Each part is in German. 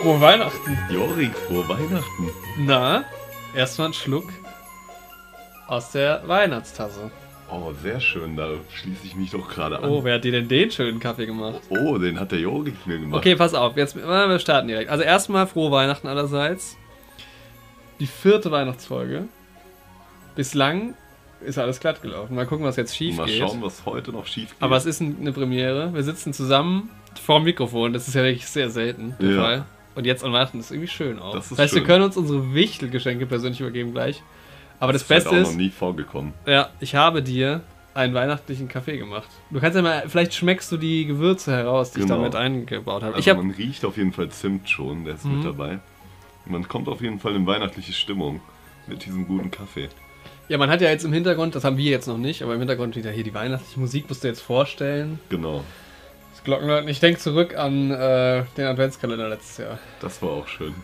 Frohe Weihnachten. Jorik, frohe Weihnachten. Na, erstmal einen Schluck aus der Weihnachtstasse. Oh, sehr schön, da schließe ich mich doch gerade an. Oh, wer hat dir denn den schönen Kaffee gemacht? Oh, den hat der Jorik mir gemacht. Okay, pass auf, jetzt äh, wir starten direkt. Also erstmal frohe Weihnachten allerseits. Die vierte Weihnachtsfolge. Bislang ist alles glatt gelaufen. Mal gucken, was jetzt schief Mal geht. schauen, was heute noch schief geht. Aber es ist ein- eine Premiere. Wir sitzen zusammen vorm Mikrofon. Das ist ja wirklich sehr selten der Ja. Fall. Und jetzt an Weihnachten ist irgendwie schön auch. Das ist heißt, schön. wir können uns unsere Wichtelgeschenke persönlich übergeben gleich. Aber das, ist halt Beste auch noch ist, nie vorgekommen. ja, ich habe dir einen weihnachtlichen Kaffee gemacht. Du kannst ja mal, vielleicht schmeckst du die Gewürze heraus, die ich Genau. damit eingebaut habe. Also ich Mhm. habe man riecht auf jeden Fall Zimt schon, der ist mit dabei. Man kommt auf jeden Fall in weihnachtliche Stimmung mit diesem guten Kaffee. Ja, man hat ja jetzt im Hintergrund, das haben wir jetzt noch nicht, aber im Hintergrund wieder hier die weihnachtliche Musik, musst du jetzt vorstellen. Genau, Das Glockenläuten. Ich denke zurück an äh, den Adventskalender letztes Jahr. das war auch schön.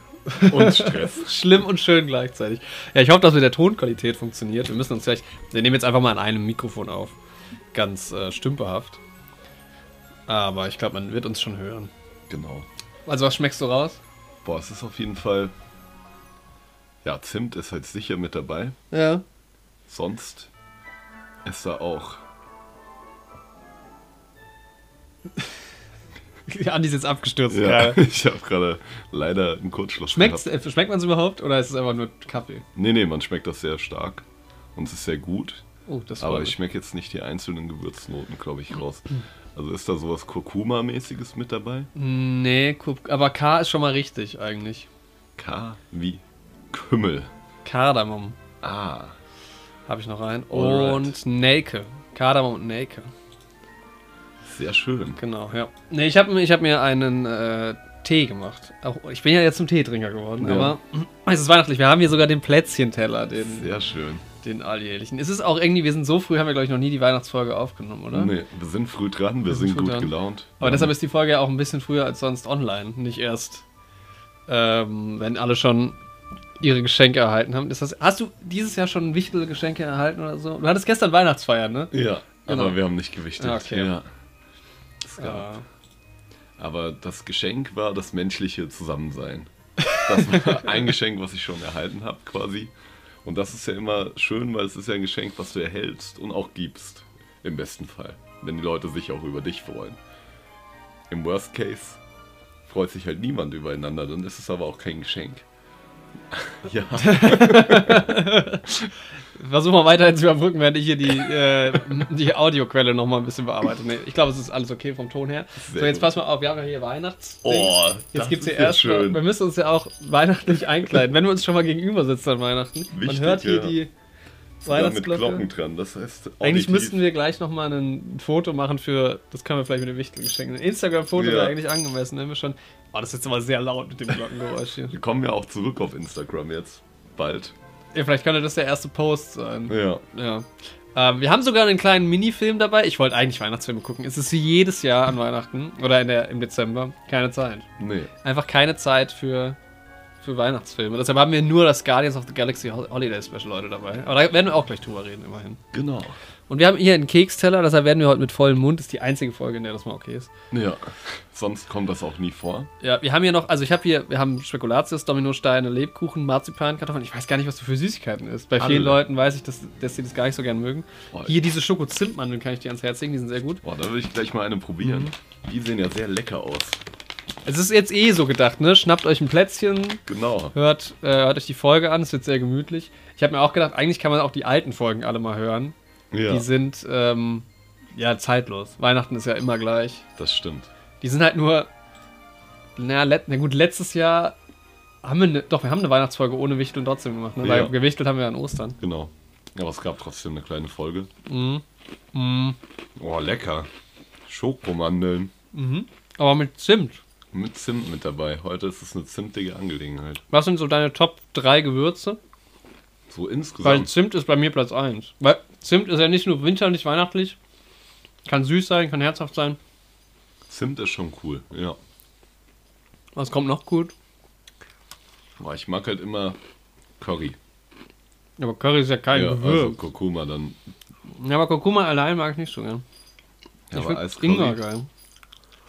Und Stress. Schlimm und schön gleichzeitig. Ja, ich hoffe, dass mit der Tonqualität funktioniert. Wir müssen uns gleich. Wir nehmen jetzt einfach mal an einem Mikrofon auf. Ganz äh, stümperhaft. Aber ich glaube, man wird uns schon hören. genau. Also, was schmeckst du raus? Boah, es ist auf jeden Fall. Ja, Zimt ist halt sicher mit dabei. Ja. Sonst ist da auch. Andi ist jetzt abgestürzt. Ja, gerade. ich habe gerade leider einen Kurzschluss Schmeckt's, äh, schmeckt man es überhaupt oder ist es einfach nur Kaffee? Nee, nee, man schmeckt das sehr stark. Und es ist sehr gut. Oh, das Aber freut ich mich. schmecke jetzt nicht die einzelnen Gewürznoten, glaube ich, raus. Also ist da sowas Kurkuma-mäßiges mit dabei? Hm, Nee, Kup- aber K ist schon mal richtig eigentlich. K wie Kümmel. Kardamom Ah, habe ich noch rein. Alright. Und Nelke. Kardamom und Nelke. sehr schön. Genau, ja. Nee, ich habe ich hab mir einen äh, Tee gemacht. Auch, ich bin ja jetzt zum Teetrinker geworden, Ja. aber es ist weihnachtlich. Wir haben hier sogar den Plätzchenteller, den, Sehr schön. den alljährlichen. Es ist auch irgendwie, wir sind so früh, haben wir, glaube ich, noch nie die Weihnachtsfolge aufgenommen, oder? Nee, wir sind früh dran, wir, Wir sind sind früh gut dran. gelaunt. Aber deshalb ist die Folge ja auch ein bisschen früher als sonst online. Nicht erst, ähm, wenn alle schon ihre Geschenke erhalten haben. Ist das, hast du dieses Jahr schon Wichtelgeschenke erhalten oder so? Du hattest gestern Weihnachtsfeier, ne? Ja, Genau. aber wir haben nicht gewichtet. Ah, okay. Ja. Es Ah. gab- Aber das Geschenk war das menschliche Zusammensein. Das war ein Geschenk, was ich schon erhalten habe, quasi. Und das ist ja immer schön, weil es ist ja ein Geschenk, was du erhältst und auch gibst. Im besten Fall. Wenn die Leute sich auch über dich freuen. Im Worst Case freut sich halt niemand übereinander, dann ist es aber auch kein Geschenk. Ja, Versuch mal weiterhin zu überbrücken, während ich hier die, äh, die Audioquelle nochmal ein bisschen bearbeite. Nee, ich glaube, es ist alles okay vom Ton her. Sehr so, jetzt gut. pass mal auf, wir haben ja hier Weihnachts. Oh, das jetzt gibt's ist hier ja erst mal- schön. Wir müssen uns ja auch weihnachtlich einkleiden, wenn wir uns schon mal gegenüber sitzen an Weihnachten. Man Wichtig, hört hier ja. die da mit Weihnachtsglocke. Glocken dran. Das heißt, Eigentlich auditiv- müssten wir gleich nochmal ein Foto machen für, das können wir vielleicht mit dem Wichtelgeschenk. Ein Instagram-Foto Ja. wäre eigentlich angemessen, wenn wir schon. Oh, das ist jetzt aber sehr laut mit dem Glockengeräusch hier. Wir kommen ja auch zurück auf Instagram jetzt. Bald. ja, vielleicht könnte das der erste Post sein. Ja. Ja. Ähm, wir haben sogar einen kleinen Minifilm dabei. Ich wollte eigentlich Weihnachtsfilme gucken. Es ist wie jedes Jahr an Weihnachten oder in der, im Dezember. Keine Zeit. Nee. Einfach keine Zeit für, für Weihnachtsfilme. Deshalb haben wir nur das Guardians of the Galaxy Hol- Holiday Special heute dabei. Aber da werden wir auch gleich drüber reden, immerhin. Genau. Und wir haben hier einen Keksteller, deshalb werden wir heute mit vollem Mund. Das ist die einzige Folge, in der das mal okay ist. Ja. Sonst kommt das auch nie vor. Ja, wir haben hier noch, also ich habe hier, wir haben Spekulatius, Dominosteine, Lebkuchen, Marzipankartoffeln. Ich weiß gar nicht, was du für Süßigkeiten isst. Bei vielen Alle. Leuten weiß ich, dass, dass sie das gar nicht so gern mögen. Voll. Hier diese Schoko-Zimtmandeln kann ich dir ans Herz legen, die sind sehr gut. Boah, da würde ich gleich mal eine probieren. Mhm. Die sehen ja sehr lecker aus. Es ist jetzt eh so gedacht, ne? Schnappt euch ein Plätzchen, Genau. hört, äh, hört euch die Folge an, es wird sehr gemütlich. Ich habe mir auch gedacht, eigentlich kann man auch die alten Folgen alle mal hören. Ja, Die sind, ähm, ja, zeitlos. Weihnachten ist ja immer gleich. das stimmt. Die sind halt nur. Na, let, na gut, letztes Jahr haben wir ne, doch, wir haben eine Weihnachtsfolge ohne Wichteln trotzdem gemacht, ne? Weil Ja. gewichtelt haben wir an Ostern. Genau. Aber es gab trotzdem eine kleine Folge. Mhm. Mhm. Oh, lecker. Schokomandeln. Aber mit Zimt. Mit Zimt mit dabei. Heute ist es eine zimtige Angelegenheit. Was sind so deine Top 3 Gewürze? So Weil insgesamt. Zimt ist bei mir Platz 1. Weil Zimt ist ja nicht nur winterlich, weihnachtlich. Kann süß sein, kann herzhaft sein. Zimt ist schon cool. Ja. Was kommt noch gut? Boah, ich mag halt immer Curry. Aber Curry ist ja kein Ja, also Gewürz. Kurkuma dann. ja, aber Kurkuma allein mag ich nicht so gern. Ja, ich aber als finde Ingwer Curry. geil.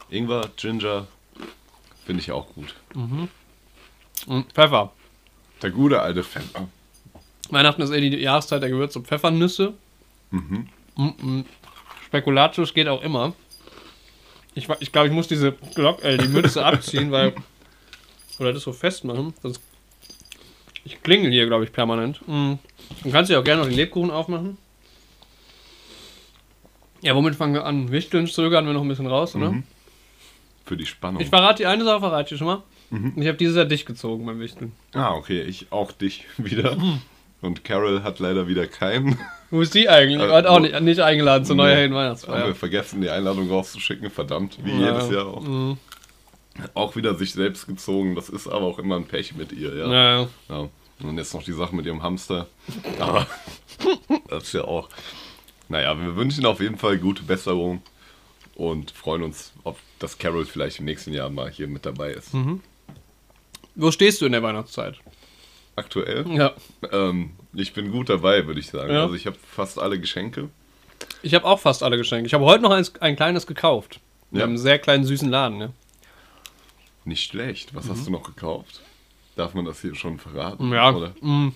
Ingwer, Ginger, Finde ich auch gut. Und Pfeffer. Der gute alte Pfeffer. Weihnachten ist eh die Jahreszeit der Gewürze und Pfeffernüsse. Mhm. Mhm. Spekulatius geht auch immer. Ich, wa- ich glaube, ich muss diese Glock, äh, die Mütze abziehen, weil. Oder das so festmachen. Sonst ich klingel hier, glaube ich, permanent. Mhm. Du kannst ja auch gerne noch den Lebkuchen aufmachen. Ja, womit fangen wir an? Wichteln zögern wir noch ein bisschen raus, oder? Mhm. Für die Spannung. Ich verrate dir eine Sache, verrate ich schon mal. Mhm. Ich habe dieses Jahr dich gezogen beim Wichteln. ah, okay, ich auch dich wieder. Und Carol hat leider wieder keinen. Wo ist die eigentlich? Äh, Hat auch wo- nicht, nicht eingeladen zur Nee. Neujahr Haben Weihnachtsfeier. wir vergessen, die Einladung rauszuschicken. Verdammt, wie Ja. Mhm. jedes Jahr auch. Auch wieder sich selbst gezogen. Das ist aber auch immer ein Pech mit ihr, ja. Naja. Ja. Und jetzt noch die Sache mit ihrem Hamster. Aber das ist ja auch. Naja, wir wünschen auf jeden Fall gute Besserung und freuen uns, ob das Carol vielleicht im nächsten Jahr mal hier mit dabei ist. Mhm. Wo stehst du in der Weihnachtszeit? Aktuell, Ja. ähm, ich bin gut dabei, würde ich sagen. Ja. Also ich habe fast alle Geschenke. Ich habe auch fast alle Geschenke. Ich habe heute noch eins, ein kleines gekauft. Wir Ja. haben einen sehr kleinen, süßen Laden. Ne? Nicht schlecht. Was hast du noch gekauft? Darf man das hier schon verraten? Mhm. Ja. Oder? mm.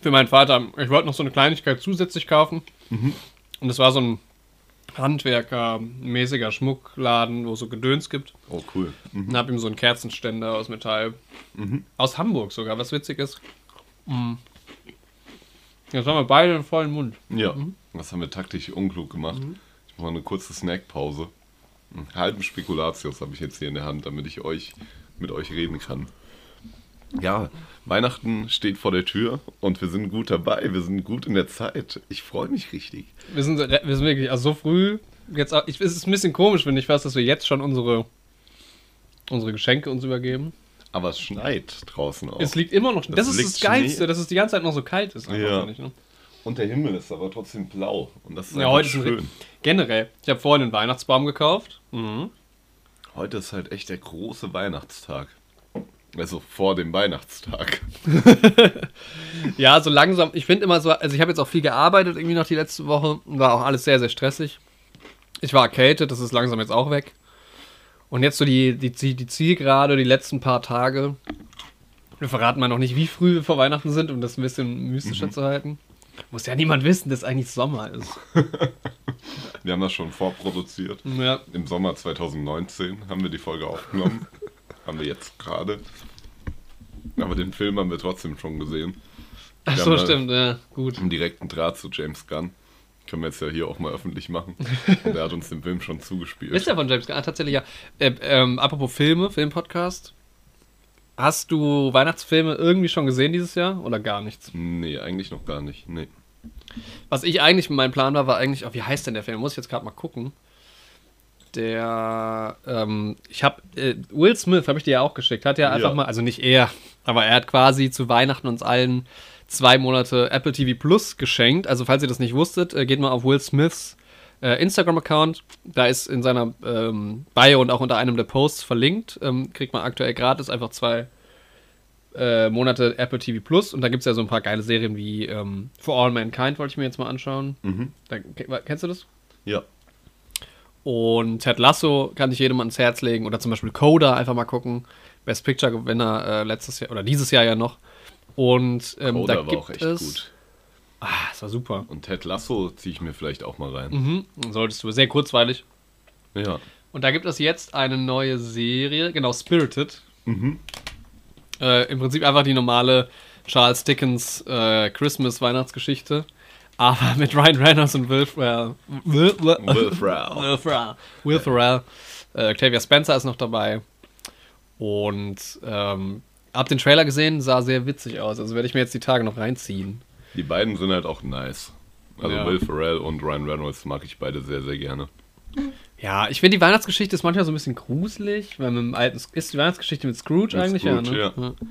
Für meinen Vater. Ich wollte noch so eine Kleinigkeit zusätzlich kaufen. Mhm. Und das war so ein handwerkermäßiger Schmuckladen, wo es so Gedöns gibt. Oh, cool. Mhm. Und habe ihm so einen Kerzenständer aus Metall. Aus Hamburg sogar, was witzig ist. Mm. Jetzt haben wir beide einen vollen Mund. Ja, Mhm. das haben wir taktisch unklug gemacht. Ich mache eine kurze Snackpause. Einen halben Spekulatius habe ich jetzt hier in der Hand, damit ich euch mit euch reden kann. Ja, Weihnachten steht vor der Tür und wir sind gut dabei, wir sind gut in der Zeit. Ich freue mich richtig. Wir sind, wir sind wirklich also so früh. Jetzt, auch- ich, es ist ein bisschen komisch, finde ich fast, dass wir jetzt schon unsere, unsere Geschenke uns übergeben. Aber es schneit draußen auch. Es liegt immer noch. Das, Oh, Das ist liegt das Geilste, Schnee. dass es die ganze Zeit noch so kalt ist. einfach, Ja. finde ich, ne? Und der Himmel ist aber trotzdem blau. Und das ist ja einfach heute ist ein, schön. Ri- Generell, ich habe vorhin einen Weihnachtsbaum gekauft. Mhm. heute ist halt echt der große Weihnachtstag. Also vor dem Weihnachtstag. Ja, so langsam. Ich finde immer so, also ich habe jetzt auch viel gearbeitet, irgendwie noch die letzte Woche. War auch alles sehr, sehr stressig. Ich war erkältet, das ist langsam jetzt auch weg. Und jetzt so die, die, Ziel- die Zielgerade, die letzten paar Tage. Wir verraten mal noch nicht, wie früh wir vor Weihnachten sind, um das ein bisschen mystischer zu halten. Muss ja niemand wissen, dass eigentlich Sommer ist. Wir haben das schon vorproduziert. Ja. Im Sommer 2019 haben wir die Folge aufgenommen. haben wir jetzt gerade. Aber den Film haben wir trotzdem schon gesehen. Ach Wir so, haben da stimmt, ja, gut. Einen direkten Draht zu James Gunn. Können wir jetzt ja hier auch mal öffentlich machen. Und er hat uns den Film schon zugespielt. Ist ja von James Gunn, ah, tatsächlich ja. Äh, ähm, apropos Filme, Filmpodcast. Hast du Weihnachtsfilme irgendwie schon gesehen dieses Jahr oder gar nichts? Nee, eigentlich noch gar nicht. Nee. Was ich eigentlich, mein Plan war, war eigentlich, oh, wie heißt denn der Film? Muss ich jetzt gerade mal gucken. Der, ähm, ich habe äh, Will Smith, habe ich dir ja auch geschickt, hat ja einfach Ja. mal, also nicht er, aber er hat quasi zu Weihnachten uns allen zwei Monate Apple TV Plus geschenkt. Also falls ihr das nicht wusstet, äh, geht mal auf Will Smiths äh, Instagram-Account. Da ist in seiner ähm, Bio und auch unter einem der Posts verlinkt. Ähm, kriegt man aktuell gratis einfach zwei äh, Monate Apple TV Plus und da gibt es ja so ein paar geile Serien wie ähm, For All Mankind wollte ich mir jetzt mal anschauen. Mhm. Da, ke- kennst du das? Ja. Und Ted Lasso kann ich jedem ans Herz legen oder zum Beispiel Coda einfach mal gucken. Best Picture Gewinner äh, letztes Jahr oder dieses Jahr ja noch. Und ähm, Oder da Oh, war gibt auch echt es, gut. Ah, das war super. Und Ted Lasso ziehe ich mir vielleicht auch mal rein. Mhm. Solltest du sehr kurzweilig. Ja. Und da gibt es jetzt eine neue Serie, genau, Spirited. Mhm. Äh, Im Prinzip einfach die normale Charles Dickens äh, Christmas-Weihnachtsgeschichte. Aber mit Ryan Reynolds und Will Ferrell. Will, Will, Will Ferrell. Will Ferrell. Will Ferrell. Äh, Octavia Spencer ist noch dabei. Und ähm, hab den Trailer gesehen, sah sehr witzig aus. Also werde ich mir jetzt die Tage noch reinziehen. Die beiden sind halt auch nice. Also Ja. Will Ferrell und Ryan Reynolds mag ich beide sehr, sehr gerne. Ja, ich finde, die Weihnachtsgeschichte ist manchmal so ein bisschen gruselig, weil mit dem alten. Ist die Weihnachtsgeschichte mit Scrooge Mit eigentlich? Scrooge, ja, ne? ja.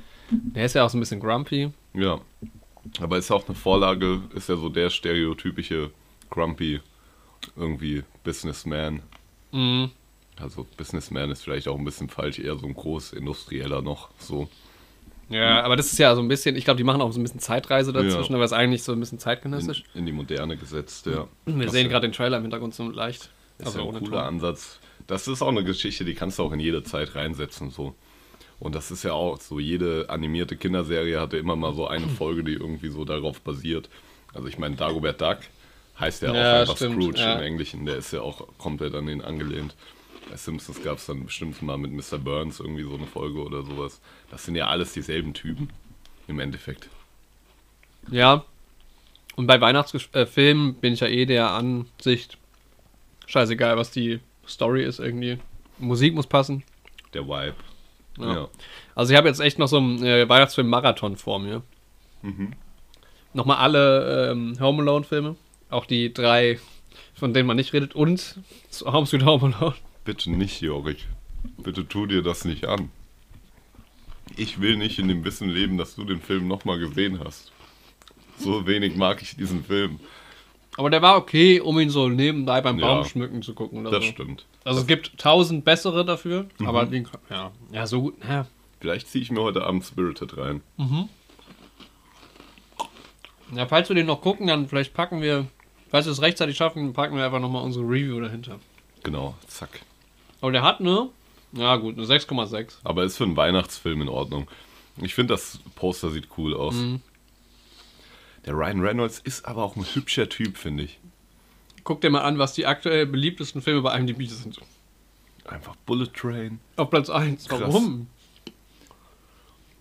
Der ist ja auch so ein bisschen grumpy. Ja. Aber ist auch eine Vorlage, ist ja so der stereotypische Grumpy irgendwie Businessman. Mhm. Also Businessman ist vielleicht auch ein bisschen falsch, eher so ein Großindustrieller noch so. Ja, aber das ist ja so ein bisschen. Ich glaube, die machen auch so ein bisschen Zeitreise dazwischen, Ja. aber ist eigentlich so ein bisschen In, zeitgenössisch. in die Moderne gesetzt, Mhm. ja. Wir Das sehen ist- gerade den Trailer im Hintergrund so leicht. ist ja ein Also ohne cooler Ton. Ansatz. das ist auch eine Geschichte, die kannst du auch in jede Zeit reinsetzen. So. Und das ist ja auch so, jede animierte Kinderserie hatte immer mal so eine Folge, die irgendwie so darauf basiert. Also ich meine, Dagobert Duck heißt ja, Ja, auch einfach stimmt, Scrooge ja. im Englischen, der ist ja auch komplett an den angelehnt. Bei Simpsons gab es dann bestimmt mal mit Mr. Burns irgendwie so eine Folge oder sowas. Das sind ja alles dieselben Typen im Endeffekt. Ja. Und bei Weihnachtsfilmen äh, Filmen bin ich ja eh der Ansicht, scheißegal, was die Story ist irgendwie. Musik muss passen. Der Vibe. Ja. ja. Also ich habe jetzt echt noch so einen äh, Weihnachtsfilm-Marathon vor mir. Mhm. Nochmal alle ähm, Home Alone-Filme. Auch die drei, von denen man nicht redet. Und Home Sweet Home Alone. Bitte nicht, Jorik. Bitte tu dir das nicht an. Ich will nicht in dem Wissen leben, dass du den Film nochmal gesehen hast. So wenig mag ich diesen Film. Aber der war okay, um ihn so nebenbei beim Ja. Baum schmücken zu gucken. Oder Das so. stimmt. Mhm. Also es gibt tausend bessere dafür, aber den, ja. ja, so gut. Ja. Vielleicht ziehe ich mir heute Abend Spirited rein. ja, falls wir den noch gucken, dann vielleicht packen wir, falls wir es rechtzeitig schaffen, packen wir einfach nochmal unsere Review dahinter. Genau, zack. Aber der hat eine, ja gut, eine 6,6. Aber ist für einen Weihnachtsfilm in Ordnung. Ich finde, das Poster sieht cool aus. Mhm. Der Ryan Reynolds ist aber auch ein hübscher Typ, finde ich. Guck dir mal an, was die aktuell beliebtesten Filme bei IMDb sind. Einfach Bullet Train. Auf Platz 1. Krass. Warum?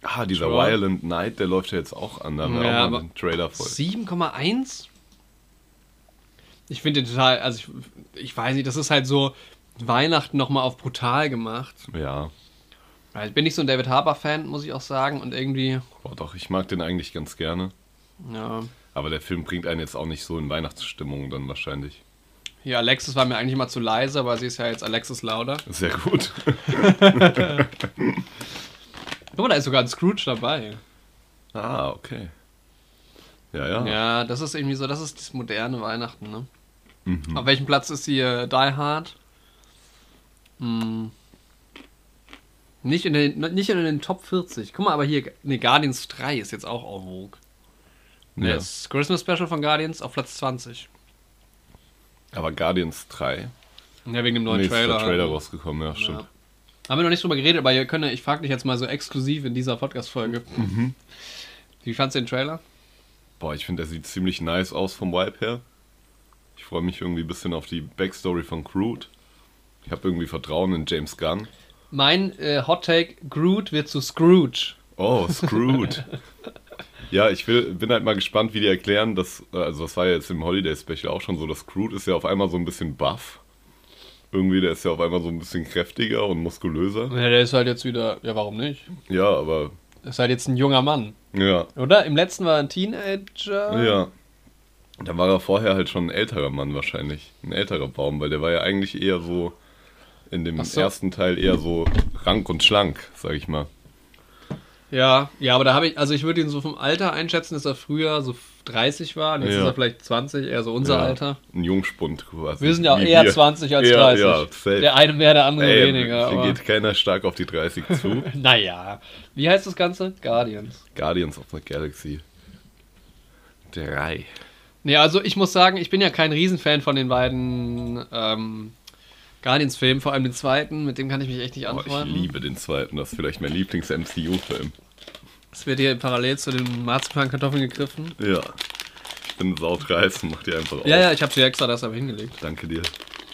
Ah, dieser Sure. Violent Night, der läuft ja jetzt auch an. Da haben wir Ja, auch mal aber- einen Trailer voll. 7,1? Ich finde den total, also ich, ich weiß nicht, das ist halt so Weihnachten nochmal auf brutal gemacht. Ja, Ja, Ich bin nicht so ein David Harbour-Fan, muss ich auch sagen. Und irgendwie, boah, doch, ich mag den eigentlich ganz gerne. ja. Aber der Film bringt einen jetzt auch nicht so in Weihnachtsstimmung dann wahrscheinlich. Hier, Alexis war mir eigentlich mal zu leise, aber sie ist ja jetzt Alexis lauter. Sehr gut. Guck mal, da ist sogar ein Scrooge dabei. ah, okay. Ja, ja. Ja, das ist irgendwie so, das ist das moderne Weihnachten, ne? Mhm. Auf welchem Platz ist hier Die Hard? Hm. Nicht in, den, nicht in den Top 40. Guck mal, aber hier, ne, Guardians 3 ist jetzt auch auf Vogue. Ja. Das Christmas Special von Guardians auf Platz 20. Aber Guardians 3. Ja, wegen dem neuen nee, ist Trailer. der Trailer rausgekommen, ja, stimmt. Ja. Haben wir noch nicht drüber geredet, aber ihr könnt, ich frage dich jetzt mal so exklusiv in dieser Podcast-Folge. Mhm. Wie fandst du den Trailer? Boah, ich finde, der sieht ziemlich nice aus vom Vibe her. Ich freue mich irgendwie ein bisschen auf die Backstory von Groot. Ich habe irgendwie Vertrauen in James Gunn. Mein äh, Hot Take: Groot wird zu Scrooge. Oh, Screwed. ja, ich will, bin halt mal gespannt, wie die erklären, dass, also das war ja jetzt im Holiday Special auch schon so, dass Screwed ist ja auf einmal so ein bisschen buff. Irgendwie, der ist ja auf einmal so ein bisschen kräftiger und muskulöser. Ja, der ist halt jetzt wieder, ja, warum nicht? Ja, aber, Ist halt jetzt ein junger Mann, ja, oder? Im letzten war er ein Teenager. ja. Da war er vorher halt schon ein älterer Mann wahrscheinlich. Ein älterer Baum, weil der war ja eigentlich eher so, in dem Ach so. ersten Teil eher so rank und schlank, sag ich mal. Ja, ja aber da habe ich, also ich würde ihn so vom Alter einschätzen, dass er früher so 30 war. Und jetzt Ja. ist er vielleicht 20, eher so unser ja, Alter. Ein Jungspund quasi. Wir sind ja auch wie eher wir. 20 als Ja, 30. ja, safe. der eine mehr, der andere Ey, weniger. Hier Aber, geht keiner stark auf die 30 zu. naja. Wie heißt das Ganze? Guardians. Guardians of the Galaxy 3. Nee, also ich muss sagen, ich bin ja kein Riesenfan von den beiden ähm, Guardians-Filmen, vor allem den zweiten, mit dem kann ich mich echt nicht Oh, ich anfreunden. liebe den zweiten, das ist vielleicht mein Lieblings-MCU-Film. Es wird hier parallel zu den Marzipan-Kartoffeln gegriffen. Ja. Ich bin sautreißen, mach dir einfach auf. Ja, ja, ich habe sie extra deshalb hingelegt. Danke dir.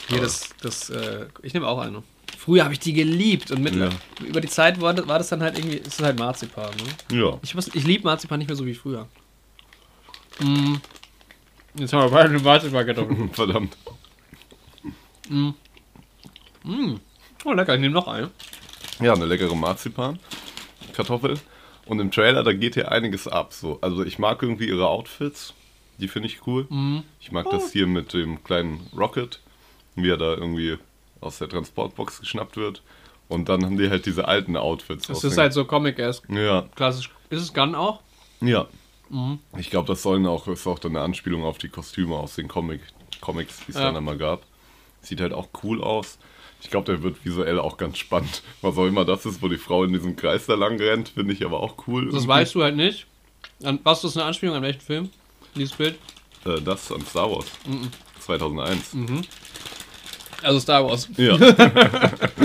Hier, das, das, äh, ich nehme auch eine. Früher habe ich die geliebt und mit, Ja. über die Zeit war das, war das dann halt irgendwie, ist es halt Marzipan, ne? Ja. Ich, muss- ich liebe Marzipan nicht mehr so wie früher. Mm. Jetzt haben wir beide eine Marzipan-Kartoffeln. Verdammt. Oh, lecker, ich nehme noch eine. Ja, eine leckere Marzipan. Kartoffel. Und im Trailer, da geht hier einiges ab. So. Also ich mag irgendwie ihre Outfits. Die finde ich cool. Mhm. Ich mag das hier mit dem kleinen Rocket, wie er da irgendwie aus der Transportbox geschnappt wird. Und dann haben die halt diese alten Outfits. Das aus ist den- halt so comic-esque. ja, Klassisch. Ist es Gun auch? Ja. Mhm. Ich glaube, das sollen auch, ist auch dann eine Anspielung auf die Kostüme aus den Comic, Comics, die es Ja. dann einmal gab. Sieht halt auch cool aus. Ich glaube, der wird visuell auch ganz spannend. Was auch immer das ist, wo die Frau in diesem Kreis da lang rennt, finde ich aber auch cool. Das irgendwie. weißt du halt nicht. An, was ist eine Anspielung an welchen Film? Dieses Bild? Mhm. Äh, das an Star Wars. 2001. Also Star Wars. Ja.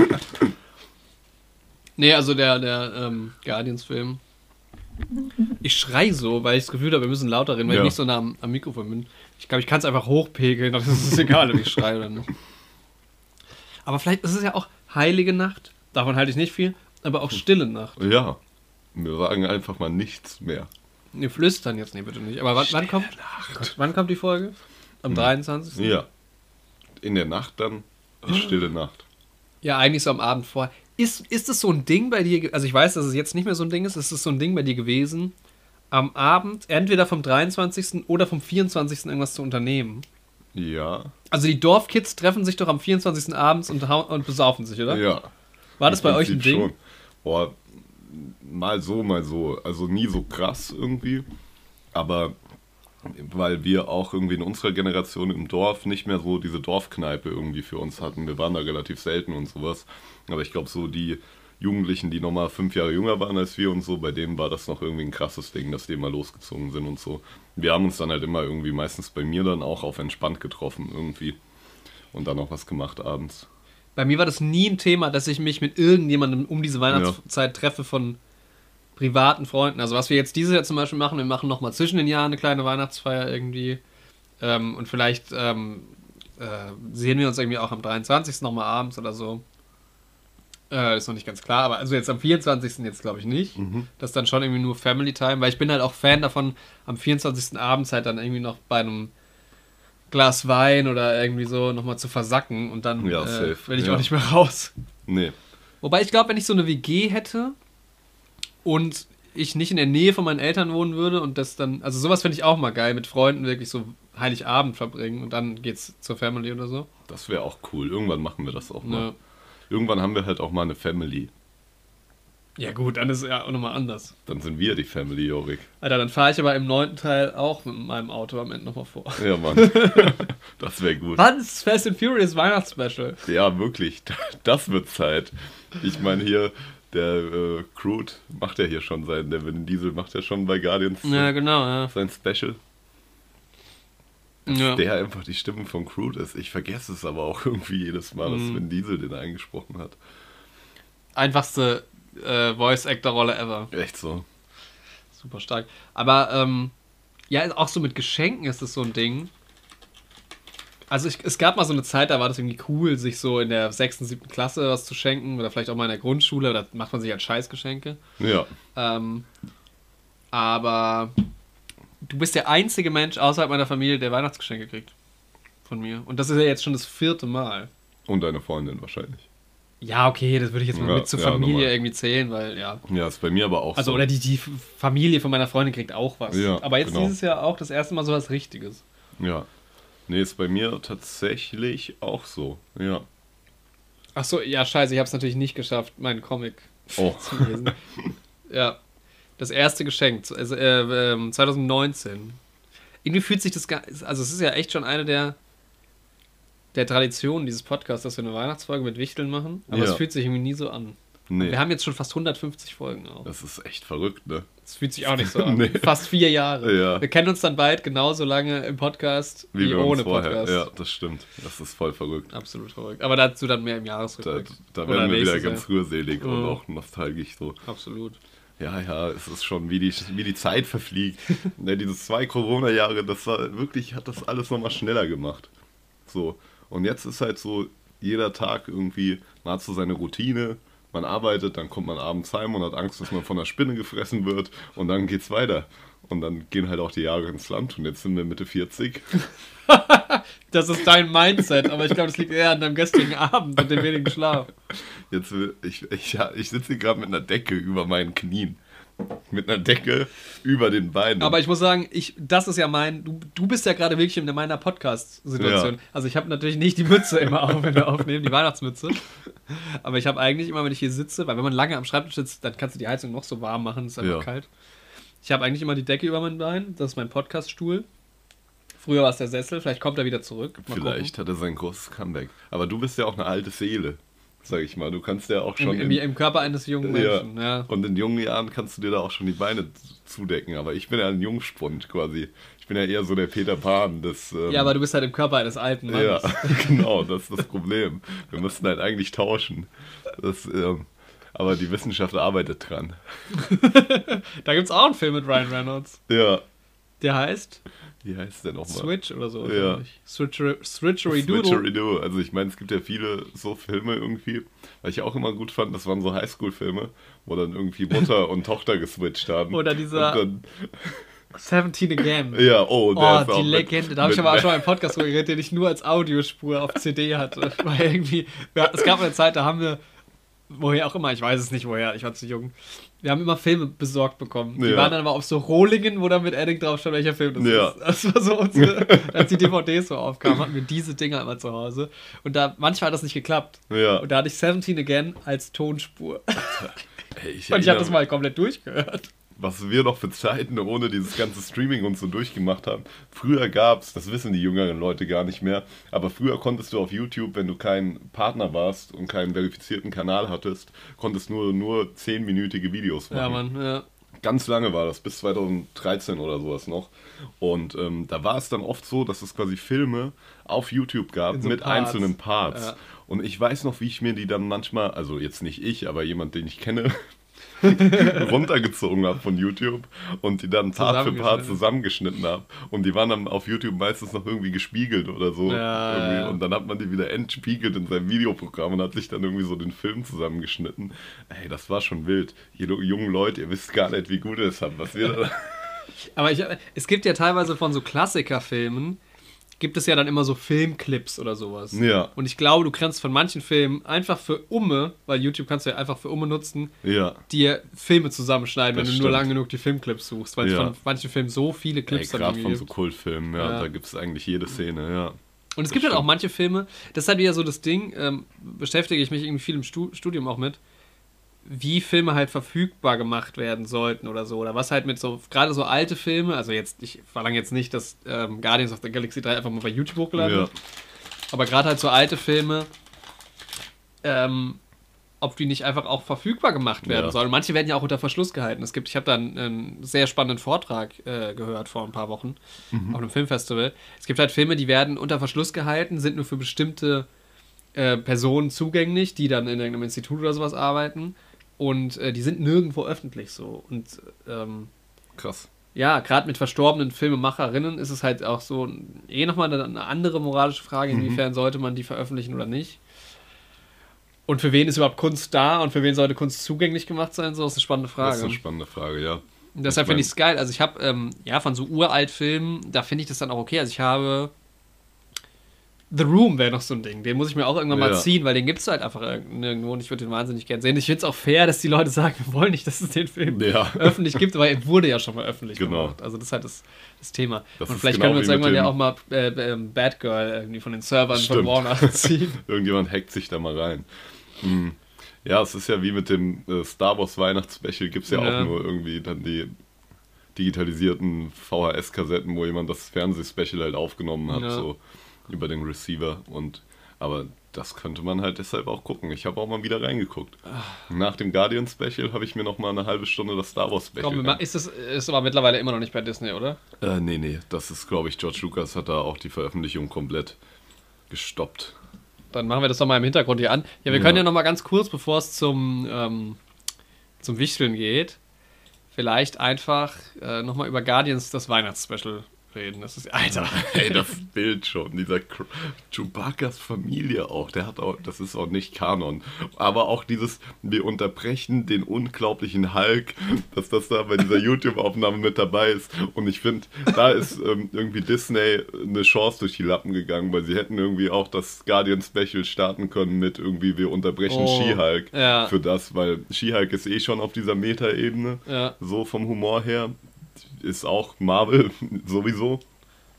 Nee, also der, der ähm, Guardians-Film. Ich schrei so, weil ich das Gefühl habe, wir müssen lauter reden, weil Ja. ich nicht so nah am, am Mikrofon bin. Ich glaube, ich kann es einfach hochpegeln, das ist egal, ob ich schreie oder nicht. Aber vielleicht ist es ja auch heilige Nacht, davon halte ich nicht viel, aber auch stille Nacht. ja. Wir sagen einfach mal nichts mehr. Wir flüstern jetzt, nee, bitte nicht. Aber wann, wann, kommt, Gott, wann kommt die Folge? Am 23.? Hm. Ja. In der Nacht dann die stille Nacht. Ja, eigentlich so am Abend vorher. Ist, ist es so ein Ding bei dir, ge- also ich weiß, dass es jetzt nicht mehr so ein Ding ist, ist es so ein Ding bei dir gewesen, am Abend entweder vom 23. oder vom 24. irgendwas zu unternehmen? Ja. Also die Dorfkids treffen sich doch am 24. abends und, hau- und besaufen sich, oder? Ja. War das Im bei euch ein Prinzip Ding? schon. Boah, mal so, mal so. Also nie so krass irgendwie. Aber weil wir auch irgendwie in unserer Generation im Dorf nicht mehr so diese Dorfkneipe irgendwie für uns hatten. Wir waren da relativ selten und sowas. Aber ich glaube, so die Jugendlichen, die nochmal fünf Jahre jünger waren als wir und so, bei denen war das noch irgendwie ein krasses Ding, dass die mal losgezogen sind und so. Wir haben uns dann halt immer irgendwie meistens bei mir dann auch auf entspannt getroffen irgendwie. Und dann noch was gemacht abends. Bei mir war das nie ein Thema, dass ich mich mit irgendjemandem um diese Weihnachtszeit treffe von privaten Freunden. Also was wir jetzt dieses Jahr zum Beispiel machen, wir machen nochmal zwischen den Jahren eine kleine Weihnachtsfeier irgendwie. Ähm, und vielleicht ähm, äh, sehen wir uns irgendwie auch am 23. nochmal abends oder so. Äh, ist noch nicht ganz klar, aber also jetzt am 24. jetzt glaube ich nicht. Mhm. Das ist dann schon irgendwie nur Family Time, weil ich bin halt auch Fan davon, am 24. abends halt dann irgendwie noch bei einem Glas Wein oder irgendwie so nochmal zu versacken und dann Ja, äh, safe. will ich Ja. auch nicht mehr raus. Nee. Wobei ich glaube, wenn ich so eine WG hätte und ich nicht in der Nähe von meinen Eltern wohnen würde und das dann, also sowas finde ich auch mal geil, mit Freunden wirklich so Heiligabend verbringen und dann geht's zur Family oder so. Das wäre auch cool. Irgendwann machen wir das auch mal. Ja, Irgendwann haben wir halt auch mal eine Family. ja gut, dann ist es ja auch nochmal anders. Dann sind wir die Family, Jorik. Alter, dann fahre ich aber im neunten Teil auch mit meinem Auto am Ende nochmal vor. Ja, Mann. das wäre gut. Wann ist Fast and Furious Weihnachtsspecial? Ja, wirklich. Das wird Zeit. Ich meine, hier, der äh, Crude macht ja hier schon sein. Der Vin Diesel macht ja schon bei Guardians Ja, genau, ja. sein Special. ja. Der einfach die Stimmen von Crude ist. Ich vergesse es aber auch irgendwie jedes Mal, Mhm. dass Vin Diesel den eingesprochen hat. Einfachste äh, Voice-Actor-Rolle ever. Echt so. Super stark. Aber ähm, ja, auch so mit Geschenken ist es so ein Ding. Also ich, es gab mal so eine Zeit, da war das irgendwie cool, sich so in der 6., 7. Klasse was zu schenken oder vielleicht auch mal in der Grundschule, da macht man sich halt Scheißgeschenke. Ja. Ähm, aber du bist der einzige Mensch außerhalb meiner Familie, der Weihnachtsgeschenke kriegt. Von mir. Und das ist ja jetzt schon das vierte Mal. Und deine Freundin wahrscheinlich. Ja, okay, das würde ich jetzt mal Ja, mit zur ja, Familie normal. irgendwie zählen, weil ja. Ja, ist bei mir aber auch Also, so. oder die, die Familie von meiner Freundin kriegt auch was. Ja, Aber jetzt genau. dieses Jahr auch das erste Mal so was Richtiges. Ja. Nee, ist bei mir tatsächlich auch so. Ja. Achso, ja, scheiße, ich habe es natürlich nicht geschafft, meinen Comic Oh. zu lesen. ja, das erste Geschenk, zu- also, äh, ähm, 2019. Irgendwie fühlt sich das gar also es ist ja echt schon eine der, der Traditionen dieses Podcasts, dass wir eine Weihnachtsfolge mit Wichteln machen, aber es Ja. fühlt sich irgendwie nie so an. Nee. Wir haben jetzt schon fast 150 Folgen auf. Das ist echt verrückt, ne? Das fühlt sich auch nicht so an. Nee. Fast vier Jahre. Ja. Wir kennen uns dann bald genauso lange im Podcast wie, ohne Podcast. Ja, das stimmt. Das ist voll verrückt. Absolut verrückt. Aber dazu dann mehr im Da, Jahresrückblick. da Oder werden wir wieder nächstes ganz rührselig und Mhm. auch nostalgisch so. Jahr. Absolut. Ja, ja, es ist schon, wie die, wie die Zeit verfliegt. ne, diese zwei Corona-Jahre, das war wirklich, hat das alles nochmal schneller gemacht. So. Und jetzt ist halt so, jeder Tag irgendwie, man hat so seine Routine, man arbeitet, dann kommt man abends heim und hat Angst, dass man von einer Spinne gefressen wird und dann geht's weiter. Und dann gehen halt auch die Jahre ins Land und jetzt sind wir Mitte 40. Das ist dein Mindset, aber ich glaube, das liegt eher an deinem gestrigen Abend und dem wenigen Schlaf. Jetzt will ich, ich, ja, ich sitze hier gerade mit einer Decke über meinen Knien. Mit einer Decke über den Beinen. Aber ich muss sagen, ich, das ist ja mein, du, du bist ja gerade wirklich in meiner Podcast-Situation. Ja. Also ich habe natürlich nicht die Mütze immer auf, wenn wir aufnehmen, die Weihnachtsmütze. Aber ich habe eigentlich immer, wenn ich hier sitze, weil wenn man lange am Schreibtisch sitzt, dann kannst du die Heizung noch so warm machen, ist einfach Ja. kalt. Ich habe eigentlich immer die Decke über meinen Bein, das ist mein Podcast-Stuhl. Früher war es der Sessel, vielleicht kommt er wieder zurück. Mal gucken. Vielleicht hat er sein großes Comeback. Aber du bist ja auch eine alte Seele. sag ich mal. Du kannst ja auch schon. Im, im, im Körper eines jungen Menschen, ja. Und in jungen Jahren kannst du dir da auch schon die Beine z- zudecken. Aber ich bin ja ein Jungspund quasi. Ich bin ja eher so der Peter Pan. Das, ähm, Ja, aber du bist halt im Körper eines alten ja, Mannes. genau, das ist das Problem. Wir müssten halt eigentlich tauschen. Das, ähm, aber die Wissenschaft arbeitet dran. Da gibt's auch einen Film mit Ryan Reynolds. Ja, Der heißt wie heißt der nochmal? Switch oder so. Ja. glaub ich. Switcher- Switcheridoodle. Switcheridoo. Also ich meine, es gibt ja viele so Filme irgendwie, weil ich auch immer gut fand, das waren so Highschool-Filme, wo dann irgendwie Mutter und Tochter geswitcht haben. Oder dieser- Und 17 Again. dann, ja, oh, der Oh, ist auch die mit- Legende. Da habe ich mit- aber auch schon mal einen Podcast drüber geredet, den ich nur als Audiospur auf CD hatte. Weil irgendwie, wir, es gab eine Zeit, da haben wir, woher auch immer, ich weiß es nicht woher, ich war zu jung, wir haben immer Filme besorgt bekommen. Die Ja. waren dann aber auf so Rohlingen, wo dann mit Edding drauf stand, welcher Film das Ja. ist. Das war so unsere, als die DVDs so aufkamen, hatten wir diese Dinger immer zu Hause. Und da, manchmal hat das nicht geklappt. Ja. Und da hatte ich 17 Again als Tonspur. Ey, Und ich ich habe erinnere das mal komplett durchgehört. was wir noch für Zeiten ohne dieses ganze Streaming und so durchgemacht haben. Früher gab's, das wissen die jüngeren Leute gar nicht mehr, aber früher konntest du auf YouTube, wenn du kein Partner warst und keinen verifizierten Kanal hattest, konntest nur nur zehnminütige Videos machen. Ja, Mann, ja. Ganz lange war das, bis 2013 oder sowas noch. Und ähm, da war es dann oft so, dass es quasi Filme auf YouTube gab In so mit Parts. einzelnen Parts. Ja. Und ich weiß noch, wie ich mir die dann manchmal, also jetzt nicht ich, aber jemand, den ich kenne, runtergezogen habe von YouTube und die dann Part für Part Zusammengeschnitten. zusammengeschnitten habe. Und die waren dann auf YouTube meistens noch irgendwie gespiegelt oder so. Ja, irgendwie. ja. Und dann hat man die wieder entspiegelt in seinem Videoprogramm und hat sich dann irgendwie so den Film zusammengeschnitten. Ey, das war schon wild. Ihr lo- jungen Leute, ihr wisst gar nicht, wie gut ihr es habt, was wir da. Aber ich, es gibt ja teilweise von so Klassikerfilmen, gibt es ja dann immer so Filmclips oder sowas. Ja. Und ich glaube, du kannst von manchen Filmen einfach für Umme, weil YouTube kannst du ja einfach für Umme nutzen, Ja. dir Filme zusammenschneiden, Das wenn du nur stimmt. lang genug die Filmclips suchst, weil es Ja. von manchen Filmen so viele Ey, Clips dann gerade irgendwie von gibt. so Kultfilmen, ja, Ja. da gibt es eigentlich jede Szene, ja. Und es Das gibt halt auch stimmt. manche Filme, das ist halt wieder so das Ding, ähm, beschäftige ich mich irgendwie viel im Stu- Studium auch mit, wie Filme halt verfügbar gemacht werden sollten oder so. Oder was halt mit so, gerade so alte Filme, also jetzt, ich verlange jetzt nicht, dass ähm, Guardians of the Galaxy 3 einfach mal bei YouTube hochgeladen ja. wird, aber gerade halt so alte Filme, ähm, ob die nicht einfach auch verfügbar gemacht werden Ja. sollen. Manche werden ja auch unter Verschluss gehalten. Es gibt, ich habe da einen, einen sehr spannenden Vortrag äh, gehört vor ein paar Wochen auf einem Filmfestival. Es gibt halt Filme, die werden unter Verschluss gehalten, sind nur für bestimmte äh, Personen zugänglich, die dann in irgendeinem Institut oder sowas arbeiten. Und äh, die sind nirgendwo öffentlich so. Und ähm, Krass. ja, gerade mit verstorbenen Filmemacherinnen ist es halt auch so eh nochmal eine, eine andere moralische Frage, Mhm. inwiefern sollte man die veröffentlichen oder nicht. Und für wen ist überhaupt Kunst da und für wen sollte Kunst zugänglich gemacht sein? So ist eine spannende Frage. Das ist eine spannende Frage, ja. Deshalb Ich mein- finde ich es geil. Also ich habe, ähm, ja, von so uralt Filmen, da finde ich das dann auch okay. Also ich habe The Room wäre noch so ein Ding. Den muss ich mir auch irgendwann mal Ja. ziehen, weil den gibt es halt einfach irg- nirgendwo und ich würde den wahnsinnig gern sehen. Ich finde es auch fair, dass die Leute sagen, wir wollen nicht, dass es den Film Ja. öffentlich gibt, aber er wurde ja schon mal öffentlich Genau. gemacht. Also das ist halt das, das Thema. Das und ist vielleicht genau können wir uns wie irgendwann mit ja auch dem- mal äh, ähm, Bad Girl irgendwie von den Servern von Stimmt. Warner ziehen. Irgendjemand hackt sich da mal rein. Hm. Ja, es ist ja wie mit dem äh, Star Wars Weihnachtsspecial, gibt es ja, Ja. auch nur irgendwie dann die digitalisierten VHS-Kassetten, wo jemand das Fernsehspecial halt aufgenommen hat, Ja. so über den Receiver. Und aber das könnte man halt deshalb auch gucken. Ich habe auch mal wieder reingeguckt. Ah. Nach dem Guardian Special habe ich mir noch mal eine halbe Stunde das Star Wars Special. Komm, wir ma- ist das ist aber mittlerweile immer noch nicht bei Disney, oder? äh, nee, nee, das ist glaube ich George Lucas hat da auch die Veröffentlichung komplett gestoppt. Dann machen wir das doch mal im Hintergrund hier an. Ja, wir Ja. können ja noch mal ganz kurz, bevor es zum, ähm, zum Wichteln geht, vielleicht einfach äh, noch mal über Guardians das Weihnachtsspecial reden. Das ist, Alter, Ey, das Bild schon, dieser Cr- Chewbacca's Familie auch, der hat auch, das ist auch nicht Kanon, aber auch dieses, wir unterbrechen den unglaublichen Hulk, dass das da bei dieser YouTube-Aufnahme mit dabei ist und ich finde, da ist ähm, irgendwie Disney eine Chance durch die Lappen gegangen, weil sie hätten irgendwie auch das Guardian Special starten können mit irgendwie, wir unterbrechen Oh, She-Hulk ja. für das, weil She-Hulk ist eh schon auf dieser Meta-Ebene, Ja. so vom Humor her, ist auch Marvel sowieso.